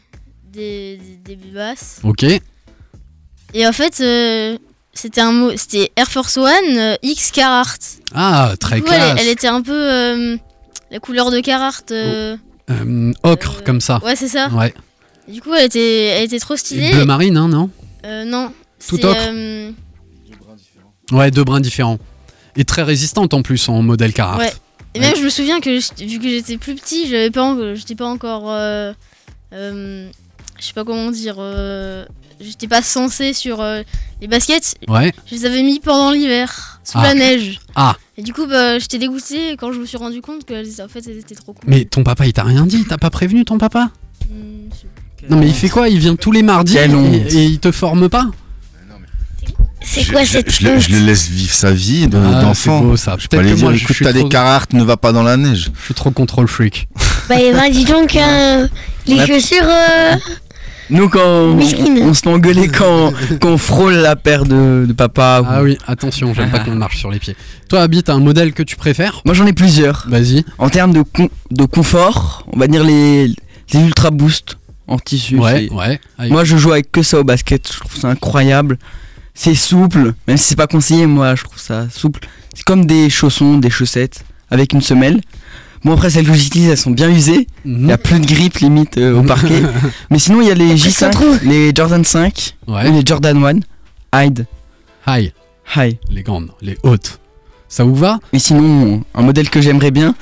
Speaker 8: des, des, des basses.
Speaker 1: Ok.
Speaker 8: Et en fait euh, c'était un mot, c'était Air Force One euh, X Carhartt.
Speaker 1: Ah, très
Speaker 8: Du coup, elle,
Speaker 1: classe.
Speaker 8: elle était un peu euh, la couleur de Carhartt. euh,
Speaker 1: Euh, ocre comme ça.
Speaker 8: Ouais c'est ça.
Speaker 1: Ouais.
Speaker 8: Du coup elle était, elle était trop
Speaker 1: Et
Speaker 8: stylée.
Speaker 1: bleu marine, hein, non
Speaker 8: Euh, non.
Speaker 1: Tout
Speaker 8: c'est,
Speaker 1: ocre.
Speaker 8: euh,
Speaker 1: Ouais, deux brins différents. Et très résistante en plus en modèle Carhartt.
Speaker 8: Ouais. Et même, je me souviens que je- vu que j'étais plus petit, j'avais pas, en- j'étais pas encore, euh, euh, je sais pas comment dire, euh, j'étais pas censé sur euh, les baskets.
Speaker 1: Ouais.
Speaker 8: Je les avais mis pendant l'hiver, sous
Speaker 1: Ah.
Speaker 8: la neige.
Speaker 1: Ah,
Speaker 8: Et du coup, bah, j'étais dégoûtée quand je me suis rendu compte que elles- en fait, elles étaient trop cool.
Speaker 1: mais ton papa il t'a rien dit T'as pas prévenu ton papa Non mais il fait quoi Il vient tous les mardis et, et il te forme pas
Speaker 14: C'est quoi
Speaker 12: Je-
Speaker 14: cette
Speaker 12: je, le-
Speaker 14: honte
Speaker 12: je le laisse vivre sa vie de-
Speaker 1: Ah,
Speaker 12: Euh, d'enfant.
Speaker 1: c'est beau, ça.
Speaker 12: Je peux
Speaker 1: Peut-être
Speaker 12: pas lui
Speaker 1: que
Speaker 12: dire,
Speaker 1: moi, je
Speaker 12: écoute,
Speaker 1: suis
Speaker 12: t'as
Speaker 1: trop-
Speaker 12: des cartes, ne va pas dans la neige.
Speaker 1: Je suis trop contrôle freak.
Speaker 14: Bah, eh ben, dis donc, hein, les
Speaker 7: Ouais.
Speaker 14: chaussures. euh,
Speaker 7: Nous, quand on,
Speaker 14: Miskin.
Speaker 7: on se fait engueuler quand, quand on frôle la paire de, de papa.
Speaker 12: Oh.
Speaker 1: Ah oui, attention, j'aime pas qu'on marche sur les pieds. Toi, Abby, t'as un modèle que tu préfères
Speaker 7: Moi, j'en ai plusieurs.
Speaker 1: Vas-y.
Speaker 7: En termes de, con- de confort, on va dire les, les Ultra Boost en tissu.
Speaker 1: Ouais,
Speaker 7: c'est-
Speaker 1: ouais. Allez.
Speaker 7: Moi, je joue avec que ça au basket. Je trouve ça incroyable. C'est souple, même si c'est pas conseillé, moi, je trouve ça souple. C'est comme des chaussons, des chaussettes avec une semelle. Bon, après, celles que j'utilise, elles sont bien usées. Il
Speaker 1: Mhm.
Speaker 7: y a plus de grippe limite euh, au parquet. Mais sinon, il y a les
Speaker 1: ça
Speaker 7: J5, les Jordan 5,
Speaker 1: Ouais.
Speaker 7: ou les Jordan 1, Hyde.
Speaker 1: High.
Speaker 7: High.
Speaker 1: Les grandes, les hautes. Ça vous va
Speaker 7: Mais sinon, un modèle que j'aimerais bien,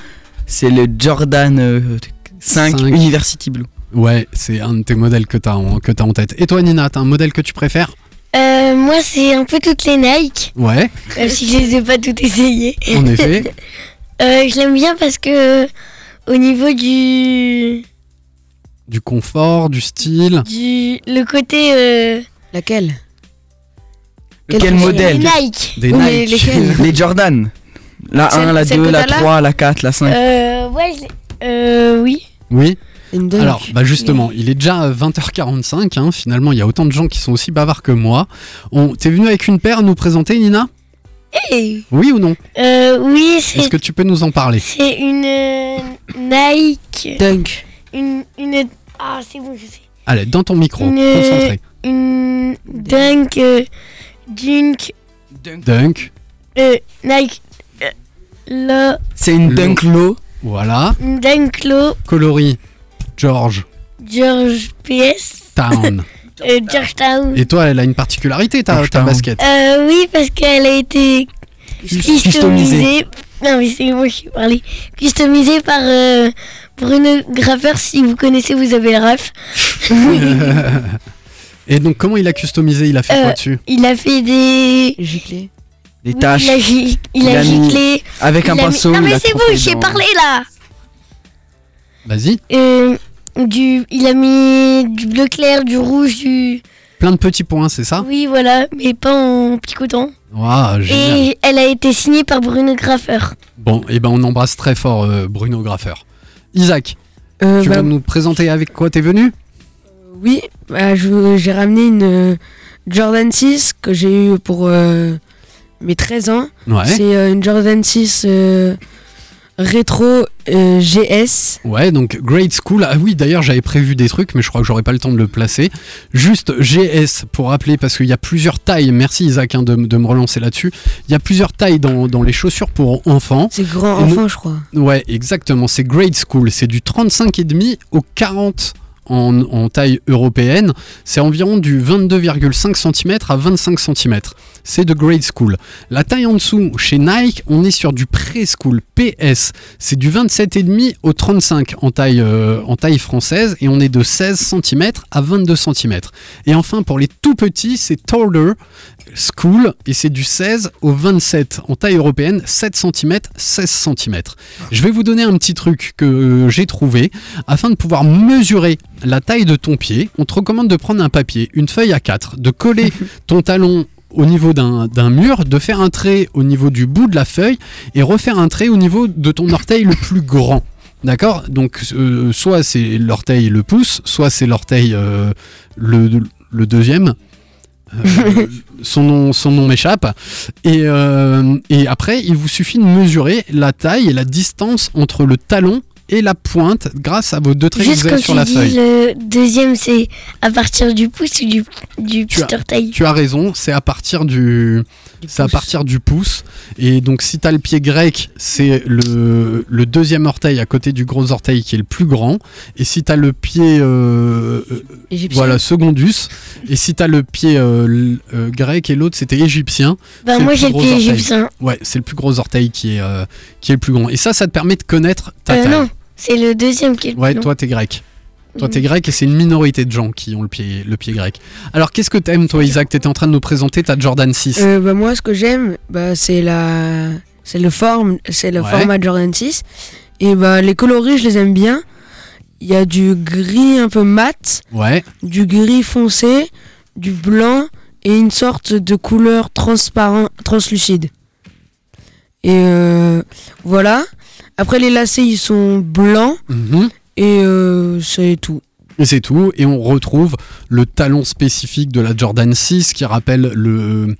Speaker 7: c'est le Jordan euh, 5,
Speaker 1: Cinq.
Speaker 7: University Blue.
Speaker 1: Ouais, c'est un de tes modèles que t'as en, que t'as en tête. Et toi, Nina, t'as un modèle que tu préfères
Speaker 14: euh, moi, c'est un peu toutes les Nike,
Speaker 1: Ouais,
Speaker 14: même si je les ai pas toutes essayées.
Speaker 1: en effet.
Speaker 14: Euh, je l'aime bien parce que euh, au niveau du
Speaker 1: Du confort, du style.
Speaker 14: du le côté euh,
Speaker 10: laquelle
Speaker 7: Quel, modèle
Speaker 14: les Nike
Speaker 7: Des
Speaker 14: Oui,
Speaker 7: Nike. Les Jordan. La
Speaker 14: Celle-
Speaker 7: 1, la
Speaker 14: celle
Speaker 7: 2,
Speaker 14: que
Speaker 7: la
Speaker 14: t'as là
Speaker 7: 3, la 4, la 5.
Speaker 14: euh, ouais je l'ai- euh, oui
Speaker 1: Oui.
Speaker 10: Une dunk.
Speaker 1: Alors, bah justement, il est déjà 20h45. hein, Finalement, il y a autant de gens qui sont aussi bavards que moi. On... T'es venu avec une paire nous présenter, Nina
Speaker 14: Hey
Speaker 1: Oui ou non
Speaker 14: Euh, oui
Speaker 1: Est-ce
Speaker 14: c'est
Speaker 1: que tu peux nous en parler
Speaker 14: c'est une euh, Nike
Speaker 10: Dunk
Speaker 14: une une ah c'est bon je sais
Speaker 1: Allez, dans ton micro,
Speaker 14: une
Speaker 1: concentré.
Speaker 14: une Dunk euh, Dunk
Speaker 1: Dunk,
Speaker 14: euh, Nike euh, Lo.
Speaker 7: C'est une dunk low.
Speaker 1: Voilà.
Speaker 14: Dunklo.
Speaker 1: Coloris, George,
Speaker 14: George PS.
Speaker 1: Town.
Speaker 14: Euh, Georgetown.
Speaker 1: Et toi, elle a une particularité, ta, ta basket.
Speaker 14: Euh, oui, parce qu'elle a été
Speaker 1: Customisée.
Speaker 14: customisée. Non, mais c'est moi qui parlais. Customisée par euh, Bruno Graffeur. Si vous connaissez, vous avez le ref.
Speaker 1: Et donc, comment il a customisé Il a fait
Speaker 14: Euh,
Speaker 1: quoi dessus
Speaker 14: Il a fait des.
Speaker 10: Giclé.
Speaker 7: Des
Speaker 14: Oui,
Speaker 7: taches.
Speaker 14: Il a, gi- il a
Speaker 7: mis-
Speaker 14: giclé.
Speaker 7: Avec un
Speaker 14: Il a mis-
Speaker 7: pinceau.
Speaker 14: Non,
Speaker 7: il
Speaker 14: mais
Speaker 7: a
Speaker 14: c'est
Speaker 7: trempé
Speaker 14: bon, j'ai
Speaker 7: dans-
Speaker 14: parlé là.
Speaker 1: Vas-y.
Speaker 14: Euh, du, il a mis du bleu clair, du rouge, du.
Speaker 1: Plein de petits points, c'est ça
Speaker 14: Oui, voilà, mais pas en picotant.
Speaker 1: Waouh, génial.
Speaker 14: Et elle a été signée par Bruno Graffeur.
Speaker 1: Bon, et ben on embrasse très fort euh, Bruno Graffeur. Isaac, tu
Speaker 10: bah-
Speaker 1: vas nous présenter avec quoi t'es venu
Speaker 10: Oui, bah, je- j'ai ramené une euh, Jordan 6 que j'ai eu pour euh, mes 13 ans.
Speaker 1: Ouais.
Speaker 10: C'est euh, une Jordan 6 euh, rétro euh, GS.
Speaker 1: Ouais, donc Great School. Ah oui, d'ailleurs, j'avais prévu des trucs, mais je crois que j'aurais pas le temps de le placer. Juste GS pour rappeler, parce qu'il y a plusieurs tailles. Merci Isaac hein, de, m- de me relancer là-dessus. Il y a plusieurs tailles dans, dans les chaussures pour enfants.
Speaker 10: C'est grand
Speaker 1: Et
Speaker 10: enfant,
Speaker 1: nous-
Speaker 10: je crois.
Speaker 1: Ouais, exactement. C'est Grade School. C'est du 35,5 au 40 en, en taille européenne. C'est environ du 22,5 cm à 25 cm. C'est de Grade School. La taille en dessous, chez Nike, on est sur du Preschool PS. C'est du 27,5 au 35 en taille, euh, en taille française et on est de 16 cm à 22 cm. Et enfin, pour les tout petits, c'est Taller School et c'est du 16 au 27 en taille européenne, 7 cm, 16 cm. Je vais vous donner un petit truc que euh, j'ai trouvé afin de pouvoir mesurer la taille de ton pied. On te recommande de prendre un papier, une feuille à 4, de coller ton talon au niveau d'un d'un mur, de faire un trait au niveau du bout de la feuille et refaire un trait au niveau de ton orteil le plus grand. D'accord Donc, euh, soit c'est l'orteil le pouce, soit c'est l'orteil euh, le, le deuxième. Euh, son nom, son nom m'échappe. Et, euh, et après, il vous suffit de mesurer la taille et la distance entre le talon et la pointe grâce à vos deux traits que
Speaker 14: Juste
Speaker 1: vous
Speaker 14: quand
Speaker 1: avez
Speaker 14: tu
Speaker 1: sur la
Speaker 14: dis
Speaker 1: feuille.
Speaker 14: le deuxième, c'est à partir du pouce ou du, du
Speaker 1: Tu
Speaker 14: petit
Speaker 1: as,
Speaker 14: orteil.
Speaker 1: tu as raison, c'est à partir du, c'est à partir du pouce. Et donc si tu as le pied grec, c'est le, le deuxième orteil à côté du gros orteil qui est le plus grand. Et si tu as le pied, euh, euh,
Speaker 10: Égyptien.
Speaker 1: voilà, secondus. Et si tu as le pied euh, l- euh, grec et l'autre c'était égyptien.
Speaker 14: Bah,
Speaker 1: c'est
Speaker 14: moi,
Speaker 1: plus
Speaker 14: j'ai le
Speaker 1: gros
Speaker 14: pied
Speaker 1: orteil.
Speaker 14: égyptien.
Speaker 1: Ouais, c'est le plus gros orteil qui est euh, qui est le plus grand. Et ça, ça te permet de connaître ta
Speaker 14: Euh,
Speaker 1: taille.
Speaker 14: non, c'est le deuxième qui est le
Speaker 1: Ouais,
Speaker 14: plus long.
Speaker 1: toi t'es grec. Toi t'es
Speaker 14: Mhm.
Speaker 1: grec et c'est une minorité de gens qui ont le pied, le pied grec. Alors qu'est-ce que t'aimes toi Isaac T'étais en train de nous présenter ta Jordan 6.
Speaker 10: Euh, bah, moi, ce que j'aime, bah, c'est la, c'est le forme, c'est le
Speaker 1: Ouais.
Speaker 10: format Jordan 6. Et bah, les coloris, je les aime bien. Il y a du gris un peu mat,
Speaker 1: Ouais.
Speaker 10: du gris foncé, du blanc et une sorte de couleur transparent, translucide. Et euh, voilà. Après, les lacets, ils sont blancs.
Speaker 1: Mhm.
Speaker 10: Et euh, c'est tout.
Speaker 1: Et c'est tout. Et on retrouve le talon spécifique de la Jordan 6 qui rappelle le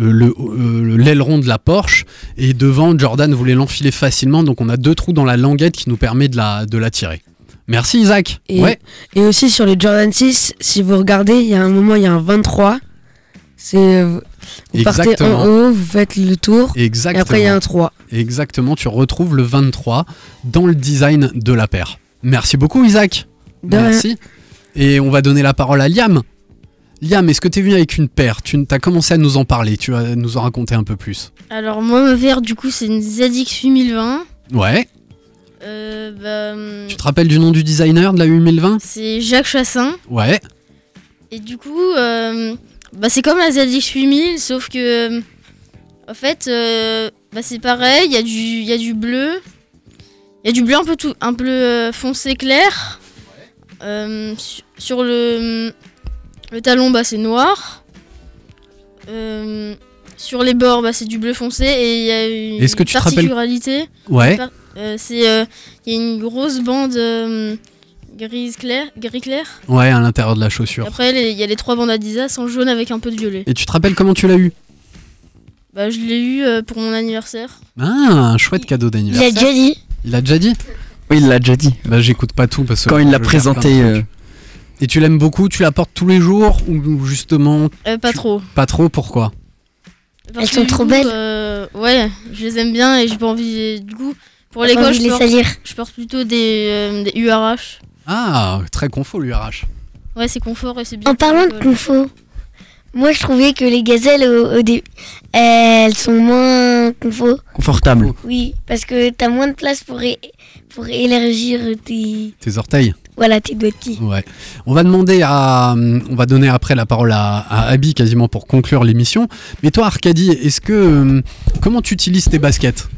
Speaker 1: euh, le, euh, l'aileron de la Porsche et devant Jordan voulait l'enfiler facilement donc on a deux trous dans la languette qui nous permet de la de la tirer. Merci Isaac.
Speaker 10: Et,
Speaker 1: Ouais.
Speaker 10: et aussi sur les Jordan 6, si vous regardez, il y a un moment, il y a un 23. C'est euh, vous partez
Speaker 1: Exactement.
Speaker 10: en haut, vous faites le tour.
Speaker 1: Exactement.
Speaker 10: Et après, il y a un 3.
Speaker 1: Exactement, tu retrouves le 23 dans le design de la paire. Merci beaucoup Isaac.
Speaker 10: De rien.
Speaker 1: Merci. Et on va donner la parole à Liam. Liam, est-ce que tu es venu avec une paire Tu as commencé à nous en parler, tu vas nous en raconter un peu plus.
Speaker 8: Alors moi, ma paire, du coup, c'est une ZX 8020.
Speaker 1: Ouais.
Speaker 8: Euh, bah, hum,
Speaker 1: Tu te rappelles du nom du designer de la 8020
Speaker 8: c'est Jacques Chassin.
Speaker 1: Ouais.
Speaker 8: Et du coup, euh, bah, c'est comme la ZX 8000, sauf que, euh, en fait, euh, bah, c'est pareil, il y, a du- il y a du bleu. Il y a du bleu un peu, tout, un peu euh, foncé clair. Euh, su- sur le, le talon, bah, c'est noir. Euh, sur les bords, bah, c'est du bleu foncé. Et il y a une
Speaker 1: Est-ce que tu te rappelles-
Speaker 8: particularité.
Speaker 1: Ouais.
Speaker 8: Par- euh, c'est, euh, il y a une grosse bande euh, grise clair, gris clair.
Speaker 1: Ouais, à l'intérieur de la chaussure.
Speaker 8: Après, les- il y a les trois bandes Adidas en jaune avec un peu de violet.
Speaker 1: Et tu te rappelles comment tu l'as eu
Speaker 8: Bah, je l'ai eu euh, pour mon anniversaire.
Speaker 1: Ah, un chouette cadeau d'anniversaire.
Speaker 8: dit.
Speaker 1: Il l'a déjà dit Oui, il l'a déjà dit. Bah, j'écoute pas tout parce que.
Speaker 7: Quand il
Speaker 1: je
Speaker 7: l'a
Speaker 1: perds plein de
Speaker 7: présenté, euh,
Speaker 1: trucs. Et tu l'aimes beaucoup Tu la portes tous les jours Ou justement.
Speaker 8: Euh, pas
Speaker 1: tu-
Speaker 8: trop.
Speaker 1: Pas trop, pourquoi
Speaker 8: Parce
Speaker 14: Elles
Speaker 8: que
Speaker 14: sont
Speaker 8: du
Speaker 14: trop
Speaker 8: coup,
Speaker 14: belles.
Speaker 8: euh, ouais, je les aime bien et j'ai pas envie. Du coup, pour
Speaker 14: J'ai pas
Speaker 8: l'école,
Speaker 14: envie
Speaker 8: je,
Speaker 14: de les
Speaker 8: porte-
Speaker 14: salir.
Speaker 8: je porte plutôt des, euh, des URH.
Speaker 1: Ah, très confo l'URH.
Speaker 8: Ouais, c'est confort et c'est bien.
Speaker 14: En parlant de confo, moi je trouvais que les gazelles au, au début, elles sont moins confo.
Speaker 7: Confortable.
Speaker 14: Oui, parce que t'as moins de place pour, é- pour élargir tes,
Speaker 1: Tes orteils.
Speaker 14: voilà, tes doigts de pied.
Speaker 1: Ouais. On va demander à. On va donner après la parole à, à Abby quasiment pour conclure l'émission. Mais toi, Arcadie, est-ce que. euh, Comment tu utilises tes baskets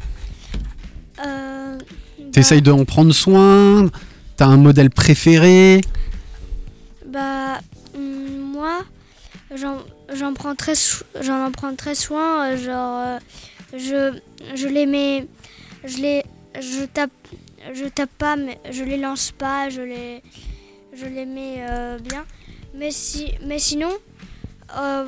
Speaker 1: T'essayes d'en prendre soin T'as un modèle préféré
Speaker 9: Bah, hum, moi, j'en j'en prends très, sou- j'en en prends très soin. euh, genre, euh, je, je les mets, je les, je tape, je tape pas, mais je les lance pas, je les, je les mets euh, bien. Mais si, mais sinon, euh,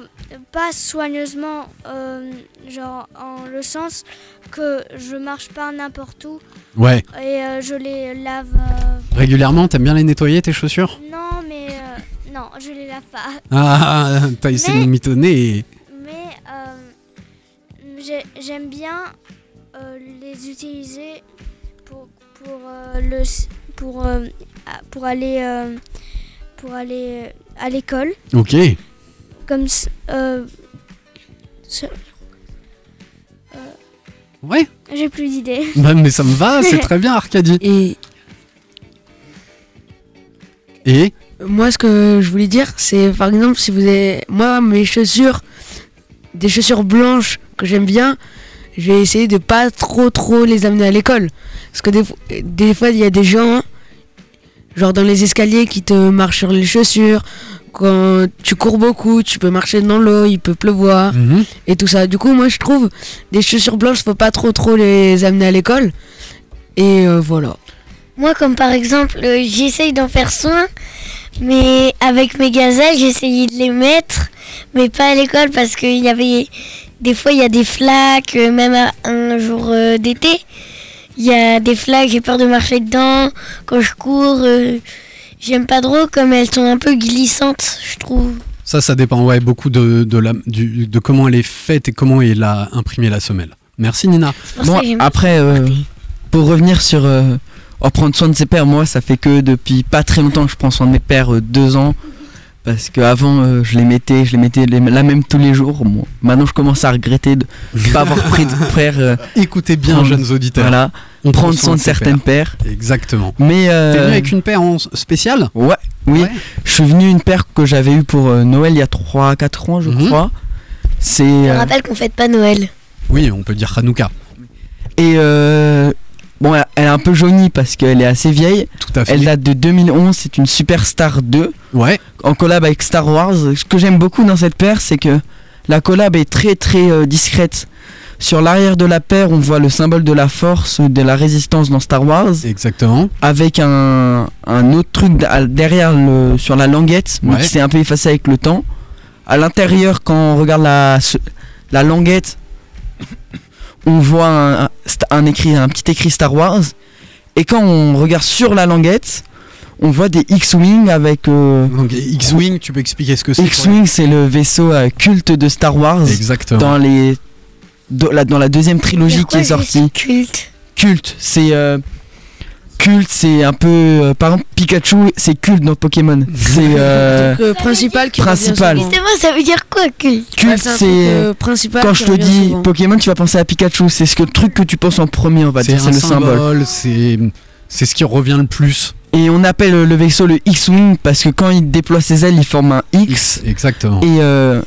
Speaker 9: pas soigneusement, euh, genre en le sens que je marche pas n'importe où.
Speaker 1: Ouais.
Speaker 9: Et euh, je les lave. euh,
Speaker 1: Régulièrement, t'aimes bien les nettoyer tes chaussures
Speaker 9: non, mais euh, non, je les lave pas.
Speaker 1: Ah, t'as essayé de
Speaker 9: Mais-
Speaker 1: mitonner et-
Speaker 9: Mais euh, j'ai- j'aime bien euh, les utiliser pour pour euh, le s- pour euh, à- pour aller euh, pour aller euh, à l'école.
Speaker 1: Ok.
Speaker 9: Comme s- euh, ce-
Speaker 1: Ouais.
Speaker 9: j'ai plus d'idées.
Speaker 1: Bah, mais ça me va, c'est très bien, Arcadie.
Speaker 10: Et
Speaker 1: Et
Speaker 10: moi, ce que je voulais dire, c'est par exemple, si vous avez. Moi, mes chaussures, des chaussures blanches que j'aime bien, je vais essayer de pas trop trop les amener à l'école. Parce que des, fo- des fois, il y a des gens, genre dans les escaliers, qui te marchent sur les chaussures. Quand tu cours beaucoup, tu peux marcher dans l'eau, il peut pleuvoir
Speaker 1: Mhm.
Speaker 10: et tout ça. Du coup, moi, je trouve des chaussures blanches, faut pas trop trop les amener à l'école. Et euh, voilà.
Speaker 14: Moi, comme par exemple, euh, j'essaye d'en faire soin, mais avec mes gazelles, j'essayais de les mettre, mais pas à l'école parce qu'il y avait des fois, il y a des flaques, euh, même à- un jour euh, d'été, il y a des flaques, j'ai peur de marcher dedans. Quand je cours, euh, j'aime pas trop, comme elles sont un peu glissantes, je trouve.
Speaker 1: Ça, ça dépend ouais, beaucoup de, de, la, du- de comment elle est faite et comment elle a imprimé la semelle. Merci Nina.
Speaker 14: pour
Speaker 7: Bon,
Speaker 14: ça que j'aime
Speaker 7: après, euh, pour revenir sur euh, en prendre soin de ses pères, moi, ça fait que depuis pas très longtemps que je prends soin de mes pères, euh, deux ans. Parce qu'avant, je les mettais, je les mettais les- la même tous les jours. Bon, maintenant, je commence à regretter de ne pas avoir pris de père. euh,
Speaker 1: Écoutez bien,
Speaker 7: prendre-
Speaker 1: jeunes auditeurs.
Speaker 7: Voilà,
Speaker 1: On prend
Speaker 7: prendre soin de
Speaker 1: ses
Speaker 7: certaines paires.
Speaker 1: Exactement.
Speaker 7: Mais
Speaker 1: T'es
Speaker 7: euh,
Speaker 1: venu avec une paire en s- spéciale
Speaker 7: Ouais, oui. Je suis venu une paire que j'avais eue pour euh, Noël il y a 3-4 ans, je crois. C'est.
Speaker 14: Je
Speaker 7: euh,
Speaker 14: rappelle qu'on fête pas Noël.
Speaker 1: Oui, on peut dire Hanouka.
Speaker 7: Et euh, bon, elle- elle est un peu jaunie parce qu'elle est assez vieille.
Speaker 1: Tout à fait.
Speaker 7: Elle date de 2011, c'est une Superstar 2.
Speaker 1: Ouais.
Speaker 7: En collab avec Star Wars. Ce que j'aime beaucoup dans cette paire, c'est que la collab est très très euh, discrète. Sur l'arrière de la paire, on voit le symbole de la force ou de la résistance dans Star Wars.
Speaker 1: Exactement.
Speaker 7: Avec un, un autre truc d- à- derrière le, sur la languette, mais
Speaker 1: Ouais.
Speaker 7: qui s'est un peu effacé avec le temps. À l'intérieur, quand on regarde la, ce- la languette, on voit un, un écrit, un petit écrit Star Wars. Et quand on regarde sur la languette, on voit des X-Wing avec. euh,
Speaker 1: Donc X-Wing, tu peux expliquer ce que c'est pour les-
Speaker 7: X-Wing, c'est le vaisseau euh, culte de Star Wars.
Speaker 1: Exactement.
Speaker 7: Dans, les, dans, la, dans la deuxième trilogie qui est sortie.
Speaker 14: Culte.
Speaker 7: Culte, c'est. euh, culte, c'est un peu. euh, par exemple, Pikachu, c'est culte dans Pokémon. C'est. euh,
Speaker 10: Donc, euh, principal qui
Speaker 7: principal.
Speaker 10: revient souvent.
Speaker 14: Justement, ça veut dire quoi, culte
Speaker 7: culte,
Speaker 10: c'est un
Speaker 7: c'est.
Speaker 10: truc,
Speaker 7: euh,
Speaker 10: euh, principal
Speaker 7: quand
Speaker 10: qui
Speaker 7: je te
Speaker 10: revient
Speaker 7: dis
Speaker 10: souvent.
Speaker 7: Pokémon, tu vas penser à Pikachu. C'est ce que, le truc que tu penses en premier, on va
Speaker 1: C'est
Speaker 7: dire.
Speaker 1: un
Speaker 7: C'est le symbole.
Speaker 1: symbole, c'est c'est ce qui revient le plus.
Speaker 7: Et on appelle le vaisseau le X-Wing parce que quand il déploie ses ailes, il forme un X.
Speaker 1: Exactement.
Speaker 7: Et euh,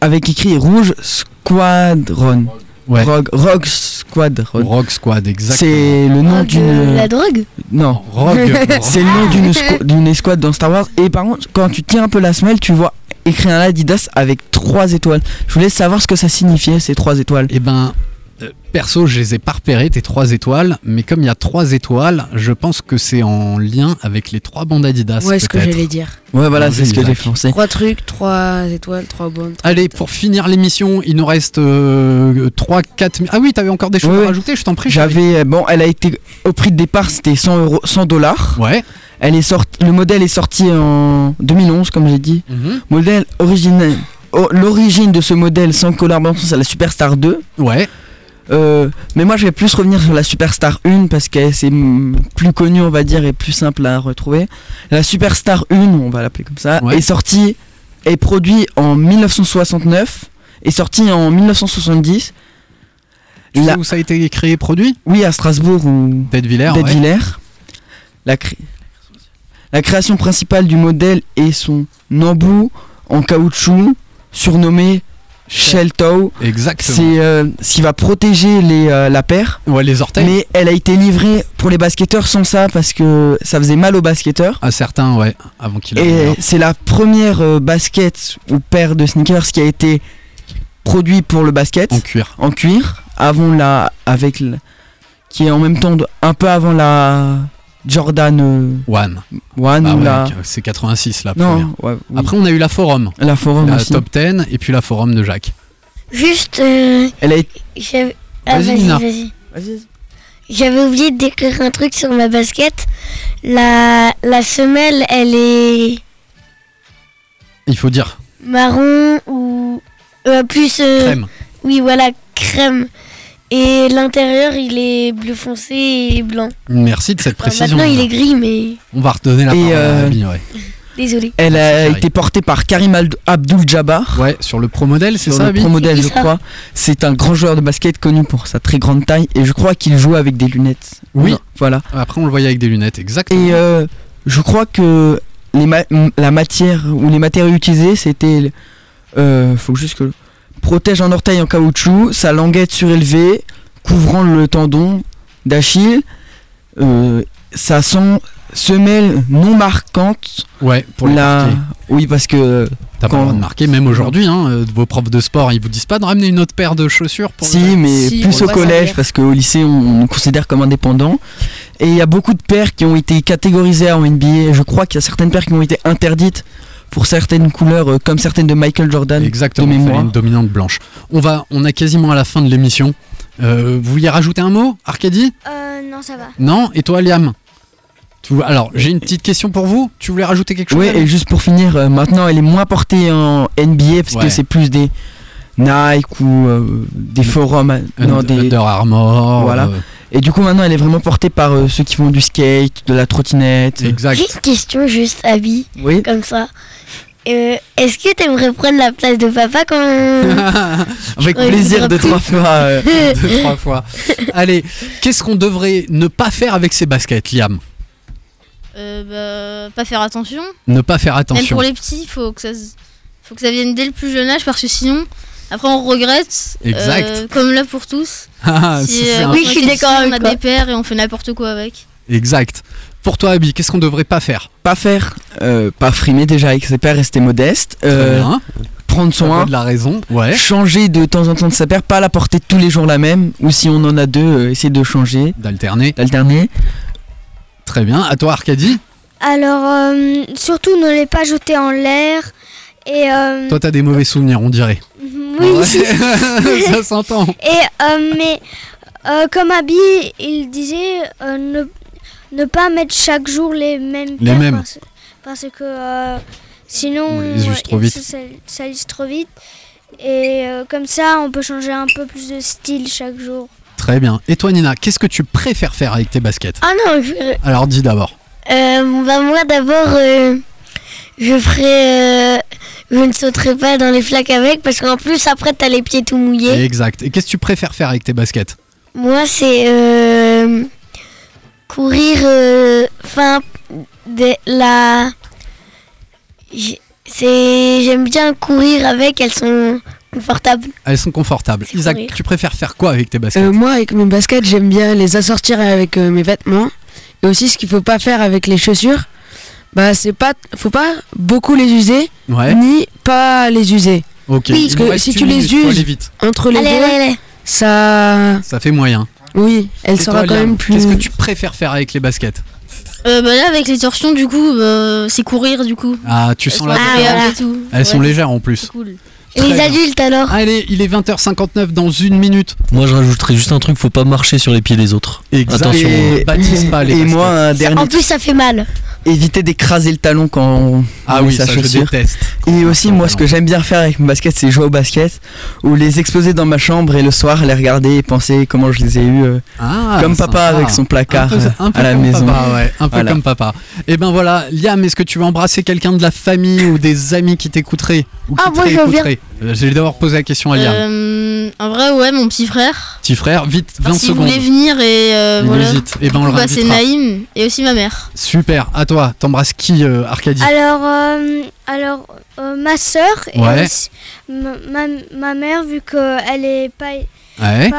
Speaker 7: avec écrit rouge Squadron.
Speaker 1: Ouais.
Speaker 7: Rogue, Rogue Squadron.
Speaker 1: Rogue Squad, exactement.
Speaker 7: C'est le nom
Speaker 14: Rogue, euh,
Speaker 7: d'une.
Speaker 14: la drogue
Speaker 7: Non.
Speaker 1: Rogue.
Speaker 7: C'est le nom d'une squa- d'une escouade dans Star Wars. Et par contre, quand tu tiens un peu la semelle, tu vois écrit un Adidas avec trois étoiles. Je voulais savoir ce que ça signifiait ces trois étoiles.
Speaker 1: Et ben. Euh, Perso, je les ai pas repérés, tes trois étoiles, mais comme il y a trois étoiles, je pense que c'est en lien avec les trois bandes Adidas.
Speaker 10: Ouais, ce que
Speaker 1: peut-être.
Speaker 10: j'allais dire.
Speaker 7: Ouais, voilà,
Speaker 1: Bien
Speaker 7: c'est ce
Speaker 1: vu,
Speaker 7: que j'ai
Speaker 1: Isaac.
Speaker 7: foncé.
Speaker 10: Trois trucs, trois étoiles, trois bonnes.
Speaker 1: Allez, pour finir l'émission, il nous reste 3, 4... Ah oui, t'avais encore des choses à rajouter, je t'en prie.
Speaker 7: J'avais euh, bon, elle a été au prix de départ, c'était 100 euros, 100 dollars.
Speaker 1: Ouais.
Speaker 7: Mhm. Elle est sorti, le modèle est sorti en 2011, comme j'ai dit. Modèle origina- oh, l'origine de ce modèle sans collaboration, c'est la Superstar 2.
Speaker 1: Ouais.
Speaker 7: mais moi, je vais plus revenir sur la Superstar 1 parce que c'est mm, plus connue, on va dire, et plus simple à retrouver. La Superstar 1, on va l'appeler comme ça,
Speaker 1: Ouais.
Speaker 7: est sortie, est produite en 1969, est sortie en 1970.
Speaker 1: Tu sais où ça a été créé et produit
Speaker 7: Oui, à Strasbourg ou
Speaker 1: Detvillers.
Speaker 7: Detvillers. La, cré- la création principale du modèle est son embout en caoutchouc surnommé Shell Toe.
Speaker 1: Exactement.
Speaker 7: C'est euh, ce qui va protéger les, euh, la paire.
Speaker 1: Ouais, les orteils.
Speaker 7: Mais elle a été livrée pour les basketteurs sans ça parce que ça faisait mal aux basketteurs.
Speaker 1: À certains, ouais, avant qu'il
Speaker 7: Et
Speaker 1: arrive.
Speaker 7: c'est la première euh, basket ou paire de sneakers qui a été produit pour le basket. En
Speaker 1: cuir.
Speaker 7: En cuir. Avant la. Avec l- qui est en même temps de- un peu avant la Jordan. euh,
Speaker 1: One.
Speaker 7: One
Speaker 1: Bah
Speaker 7: ou
Speaker 1: ouais,
Speaker 7: la.
Speaker 1: C'est 86 la
Speaker 7: Non,
Speaker 1: première.
Speaker 7: ouais, oui.
Speaker 1: Après on a eu la forum.
Speaker 7: La forum
Speaker 1: La
Speaker 7: aussi.
Speaker 1: top 10 et puis la forum de Jacques.
Speaker 14: Juste. euh,
Speaker 7: Elle a
Speaker 14: j'avais- Ah,
Speaker 1: Vas-y,
Speaker 14: vas-y,
Speaker 1: Nina.
Speaker 14: vas-y. J'avais oublié de décrire un truc sur ma basket. La, la semelle, elle est
Speaker 1: Il faut dire.
Speaker 14: marron ou euh, plus. euh,
Speaker 1: Crème.
Speaker 14: Oui, voilà, crème. Et l'intérieur, il est bleu foncé et blanc.
Speaker 1: Merci de
Speaker 7: Euh,
Speaker 1: cette
Speaker 14: Enfin,
Speaker 1: précision.
Speaker 14: maintenant, il est gris, mais
Speaker 1: On va redonner la
Speaker 7: Et,
Speaker 1: parole à
Speaker 7: euh,
Speaker 1: Abby, ouais.
Speaker 14: désolé.
Speaker 7: Elle a
Speaker 1: Karim.
Speaker 7: été portée par Karim Ald- Abdul-Jabbar.
Speaker 1: Ouais, sur le pro modèle, c'est
Speaker 7: Sur
Speaker 1: ça,
Speaker 7: le
Speaker 1: Abby
Speaker 7: pro modèle,
Speaker 1: C'est
Speaker 7: je
Speaker 1: ça.
Speaker 7: crois. C'est un grand joueur de basket connu pour sa très grande taille et je crois qu'il joue avec des lunettes.
Speaker 1: Oui.
Speaker 7: Non, Voilà.
Speaker 1: Après on le voyait avec des lunettes, exactement.
Speaker 7: Et euh, je crois que les ma- m- la matière ou les matériaux utilisés, c'était. le- euh, faut juste que. Protège un orteil en caoutchouc, sa languette surélevée, couvrant le tendon d'Achille, euh, sa sem- semelle non marquante.
Speaker 1: Ouais, pour les
Speaker 7: la-
Speaker 1: marquer.
Speaker 7: Oui, parce que. euh,
Speaker 1: T'as pas
Speaker 7: quand-
Speaker 1: le droit de marquer, même aujourd'hui, hein, euh, vos profs de sport, ils vous disent pas de ramener une autre paire de chaussures pour
Speaker 7: Si,
Speaker 1: le-
Speaker 7: mais plus au collège, parce qu'au lycée, on, on nous considère comme indépendants. Et il y a beaucoup de paires qui ont été catégorisées en NBA. Je crois qu'il y a certaines paires qui ont été interdites pour certaines couleurs, euh, comme certaines de Michael Jordan
Speaker 1: Exactement,
Speaker 7: de
Speaker 1: il fallait
Speaker 7: mémoire.
Speaker 1: une dominante blanche. On va, on a quasiment à la fin de l'émission. Euh, vous vouliez rajouter un mot, Arcadie
Speaker 9: Euh, non, ça va.
Speaker 1: Non Et toi, Liam Tu- Alors, j'ai une petite question pour vous. Tu voulais rajouter quelque chose
Speaker 7: Oui,
Speaker 1: Liam
Speaker 7: et juste pour finir, euh, maintenant, elle est moins portée en NBA, parce
Speaker 1: Ouais.
Speaker 7: que c'est plus des Nike ou euh, des forums. euh, non,
Speaker 1: Und-
Speaker 7: des...
Speaker 1: Under Armour.
Speaker 7: Voilà.
Speaker 1: euh,
Speaker 7: Et du coup, maintenant, elle est vraiment portée par euh, ceux qui font du skate, de la trottinette.
Speaker 14: J'ai une question juste, Abby.
Speaker 7: Oui.
Speaker 14: Comme ça. Euh, Est-ce que t'aimerais prendre la place de papa quand.
Speaker 1: Avec
Speaker 14: Ouais,
Speaker 1: plaisir
Speaker 14: il
Speaker 1: de trois
Speaker 14: voudra plus.
Speaker 1: fois. euh, de trois fois. Allez, qu'est-ce qu'on devrait ne pas faire avec ces baskets, Liam
Speaker 8: Euh, bah, pas faire attention.
Speaker 1: Ne pas faire attention.
Speaker 8: Même pour les petits, faut que ça, se- faut que ça vienne dès le plus jeune âge parce que sinon, après on regrette.
Speaker 1: Exact.
Speaker 8: euh, comme là pour tous. euh,
Speaker 1: Ah, si, c'est un- Oui,
Speaker 8: on
Speaker 1: je suis
Speaker 8: était
Speaker 14: d'accord
Speaker 8: petits,
Speaker 14: avec
Speaker 8: On a
Speaker 14: toi.
Speaker 8: des paires et on fait n'importe quoi avec.
Speaker 1: Exact. Pour toi, Abby, qu'est-ce qu'on devrait pas faire
Speaker 7: Pas faire, euh, pas frimer déjà avec ses pères, rester modeste. euh,
Speaker 1: bien.
Speaker 7: Prendre
Speaker 1: Un peu
Speaker 7: soin.
Speaker 1: de la raison, ouais.
Speaker 7: Changer de temps en temps de sa paire, pas la porter tous les jours la même. Ou si on en a deux, euh, essayer de changer.
Speaker 1: D'alterner.
Speaker 7: D'alterner.
Speaker 1: Très bien. À toi, Arcadie.
Speaker 9: Alors, euh, surtout, ne les pas jeter en l'air. Et euh,
Speaker 1: Toi, t'as des mauvais souvenirs, on dirait.
Speaker 9: oui.
Speaker 1: Ouais. ça s'entend.
Speaker 9: Et euh, mais euh, comme Abby, il disait euh, ne, ne pas mettre chaque jour les mêmes.
Speaker 1: Les
Speaker 9: paires
Speaker 1: mêmes.
Speaker 9: Parce, parce que euh, sinon,
Speaker 1: On les use
Speaker 9: euh,
Speaker 1: trop
Speaker 9: ils
Speaker 1: vite.
Speaker 9: se sal- salissent trop vite. Et euh, comme ça, on peut changer un peu plus de style chaque jour.
Speaker 1: Très bien. Et toi, Nina, qu'est-ce que tu préfères faire avec tes baskets
Speaker 14: Ah non, je-
Speaker 1: Alors, dis d'abord.
Speaker 14: Euh, bah moi d'abord, euh, je ferai, euh, je ne sauterai pas dans les flaques avec parce qu'en plus après t'as les pieds tout mouillés.
Speaker 1: Exact. Et qu'est-ce que tu préfères faire avec tes baskets
Speaker 14: Moi c'est euh, courir, euh, enfin de la, j'ai- c'est j'aime bien courir avec, elles sont confortables.
Speaker 1: Elles sont confortables. Isaac,
Speaker 10: courir.
Speaker 1: tu préfères faire quoi avec tes baskets
Speaker 10: Euh, moi, avec mes baskets, j'aime bien les assortir avec euh, mes vêtements. Et aussi, ce qu'il faut pas faire avec les chaussures, bah, c'est pas, faut pas beaucoup les user,
Speaker 1: Ouais.
Speaker 10: ni pas les user.
Speaker 1: Ok. Il
Speaker 10: Parce
Speaker 1: nous
Speaker 10: que
Speaker 1: reste
Speaker 10: si
Speaker 1: une
Speaker 10: tu les
Speaker 1: minute, faut aller
Speaker 10: uses
Speaker 1: vite.
Speaker 10: entre les
Speaker 14: Allez,
Speaker 10: deux,
Speaker 14: allez,
Speaker 10: ça,
Speaker 1: Ça fait moyen.
Speaker 10: oui, elle
Speaker 1: Et
Speaker 10: sera
Speaker 1: toi,
Speaker 10: quand
Speaker 1: Liam,
Speaker 10: même plus.
Speaker 1: Qu'est-ce que tu préfères faire avec les baskets
Speaker 8: Euh, bah là, avec les torsions, du coup,
Speaker 14: euh,
Speaker 8: bah, c'est courir, du coup.
Speaker 1: Ah, tu sens la
Speaker 8: sont
Speaker 1: différence.
Speaker 8: agréables et tout.
Speaker 1: Elles sont
Speaker 8: Ouais.
Speaker 1: légères en plus.
Speaker 8: Cool.
Speaker 1: Très bien. Ah,
Speaker 14: adultes alors
Speaker 1: Allez, il est 20h59 dans une minute.
Speaker 11: Moi, je rajouterais juste un truc faut pas marcher sur les pieds des autres. Attention.
Speaker 7: Et-
Speaker 11: hein.
Speaker 1: baptise pas les
Speaker 7: Et
Speaker 1: baskets.
Speaker 7: moi, un
Speaker 14: En
Speaker 7: dernier.
Speaker 14: plus ça fait mal.
Speaker 7: Éviter d'écraser le talon quand on
Speaker 1: Ah
Speaker 7: met
Speaker 1: oui,
Speaker 7: sa
Speaker 1: ça, je
Speaker 7: chaussure.
Speaker 1: déteste.
Speaker 7: Et aussi, moi, ce que j'aime bien faire avec mon basket, c'est jouer au basket ou les exposer dans ma chambre et le soir les regarder et penser comment je les ai eus. euh,
Speaker 1: Ah,
Speaker 7: comme papa
Speaker 1: sympa.
Speaker 7: avec son placard
Speaker 1: Un peu-
Speaker 7: euh,
Speaker 1: un peu
Speaker 7: à la
Speaker 1: comme
Speaker 7: maison.
Speaker 1: papa, ouais, un peu
Speaker 7: Voilà.
Speaker 1: comme papa. Et ben voilà, Liam, est-ce que tu veux embrasser quelqu'un de la famille ou des amis qui t'écouteraient ou qui
Speaker 14: Ah, moi, je veux
Speaker 1: t'écouteraient Euh, Je vais d'abord poser la question à Liam.
Speaker 14: Euh, en vrai, ouais, mon petit frère.
Speaker 1: Petit frère, vite, 20
Speaker 14: Enfin, S'il
Speaker 1: secondes.
Speaker 14: voulait venir et euh,
Speaker 1: Il
Speaker 14: voilà.
Speaker 1: hésite. Eh ben, on
Speaker 14: Du
Speaker 1: le
Speaker 14: coup, bah, c'est
Speaker 1: réinvitera.
Speaker 14: Naïm et aussi ma mère.
Speaker 1: Super, à toi, t'embrasses qui, euh, Arcadie
Speaker 15: Alors, euh, alors euh, ma sœur et
Speaker 1: Ouais.
Speaker 15: aussi ma, ma- ma mère, vu qu'elle est pas,
Speaker 1: Ouais.
Speaker 15: pas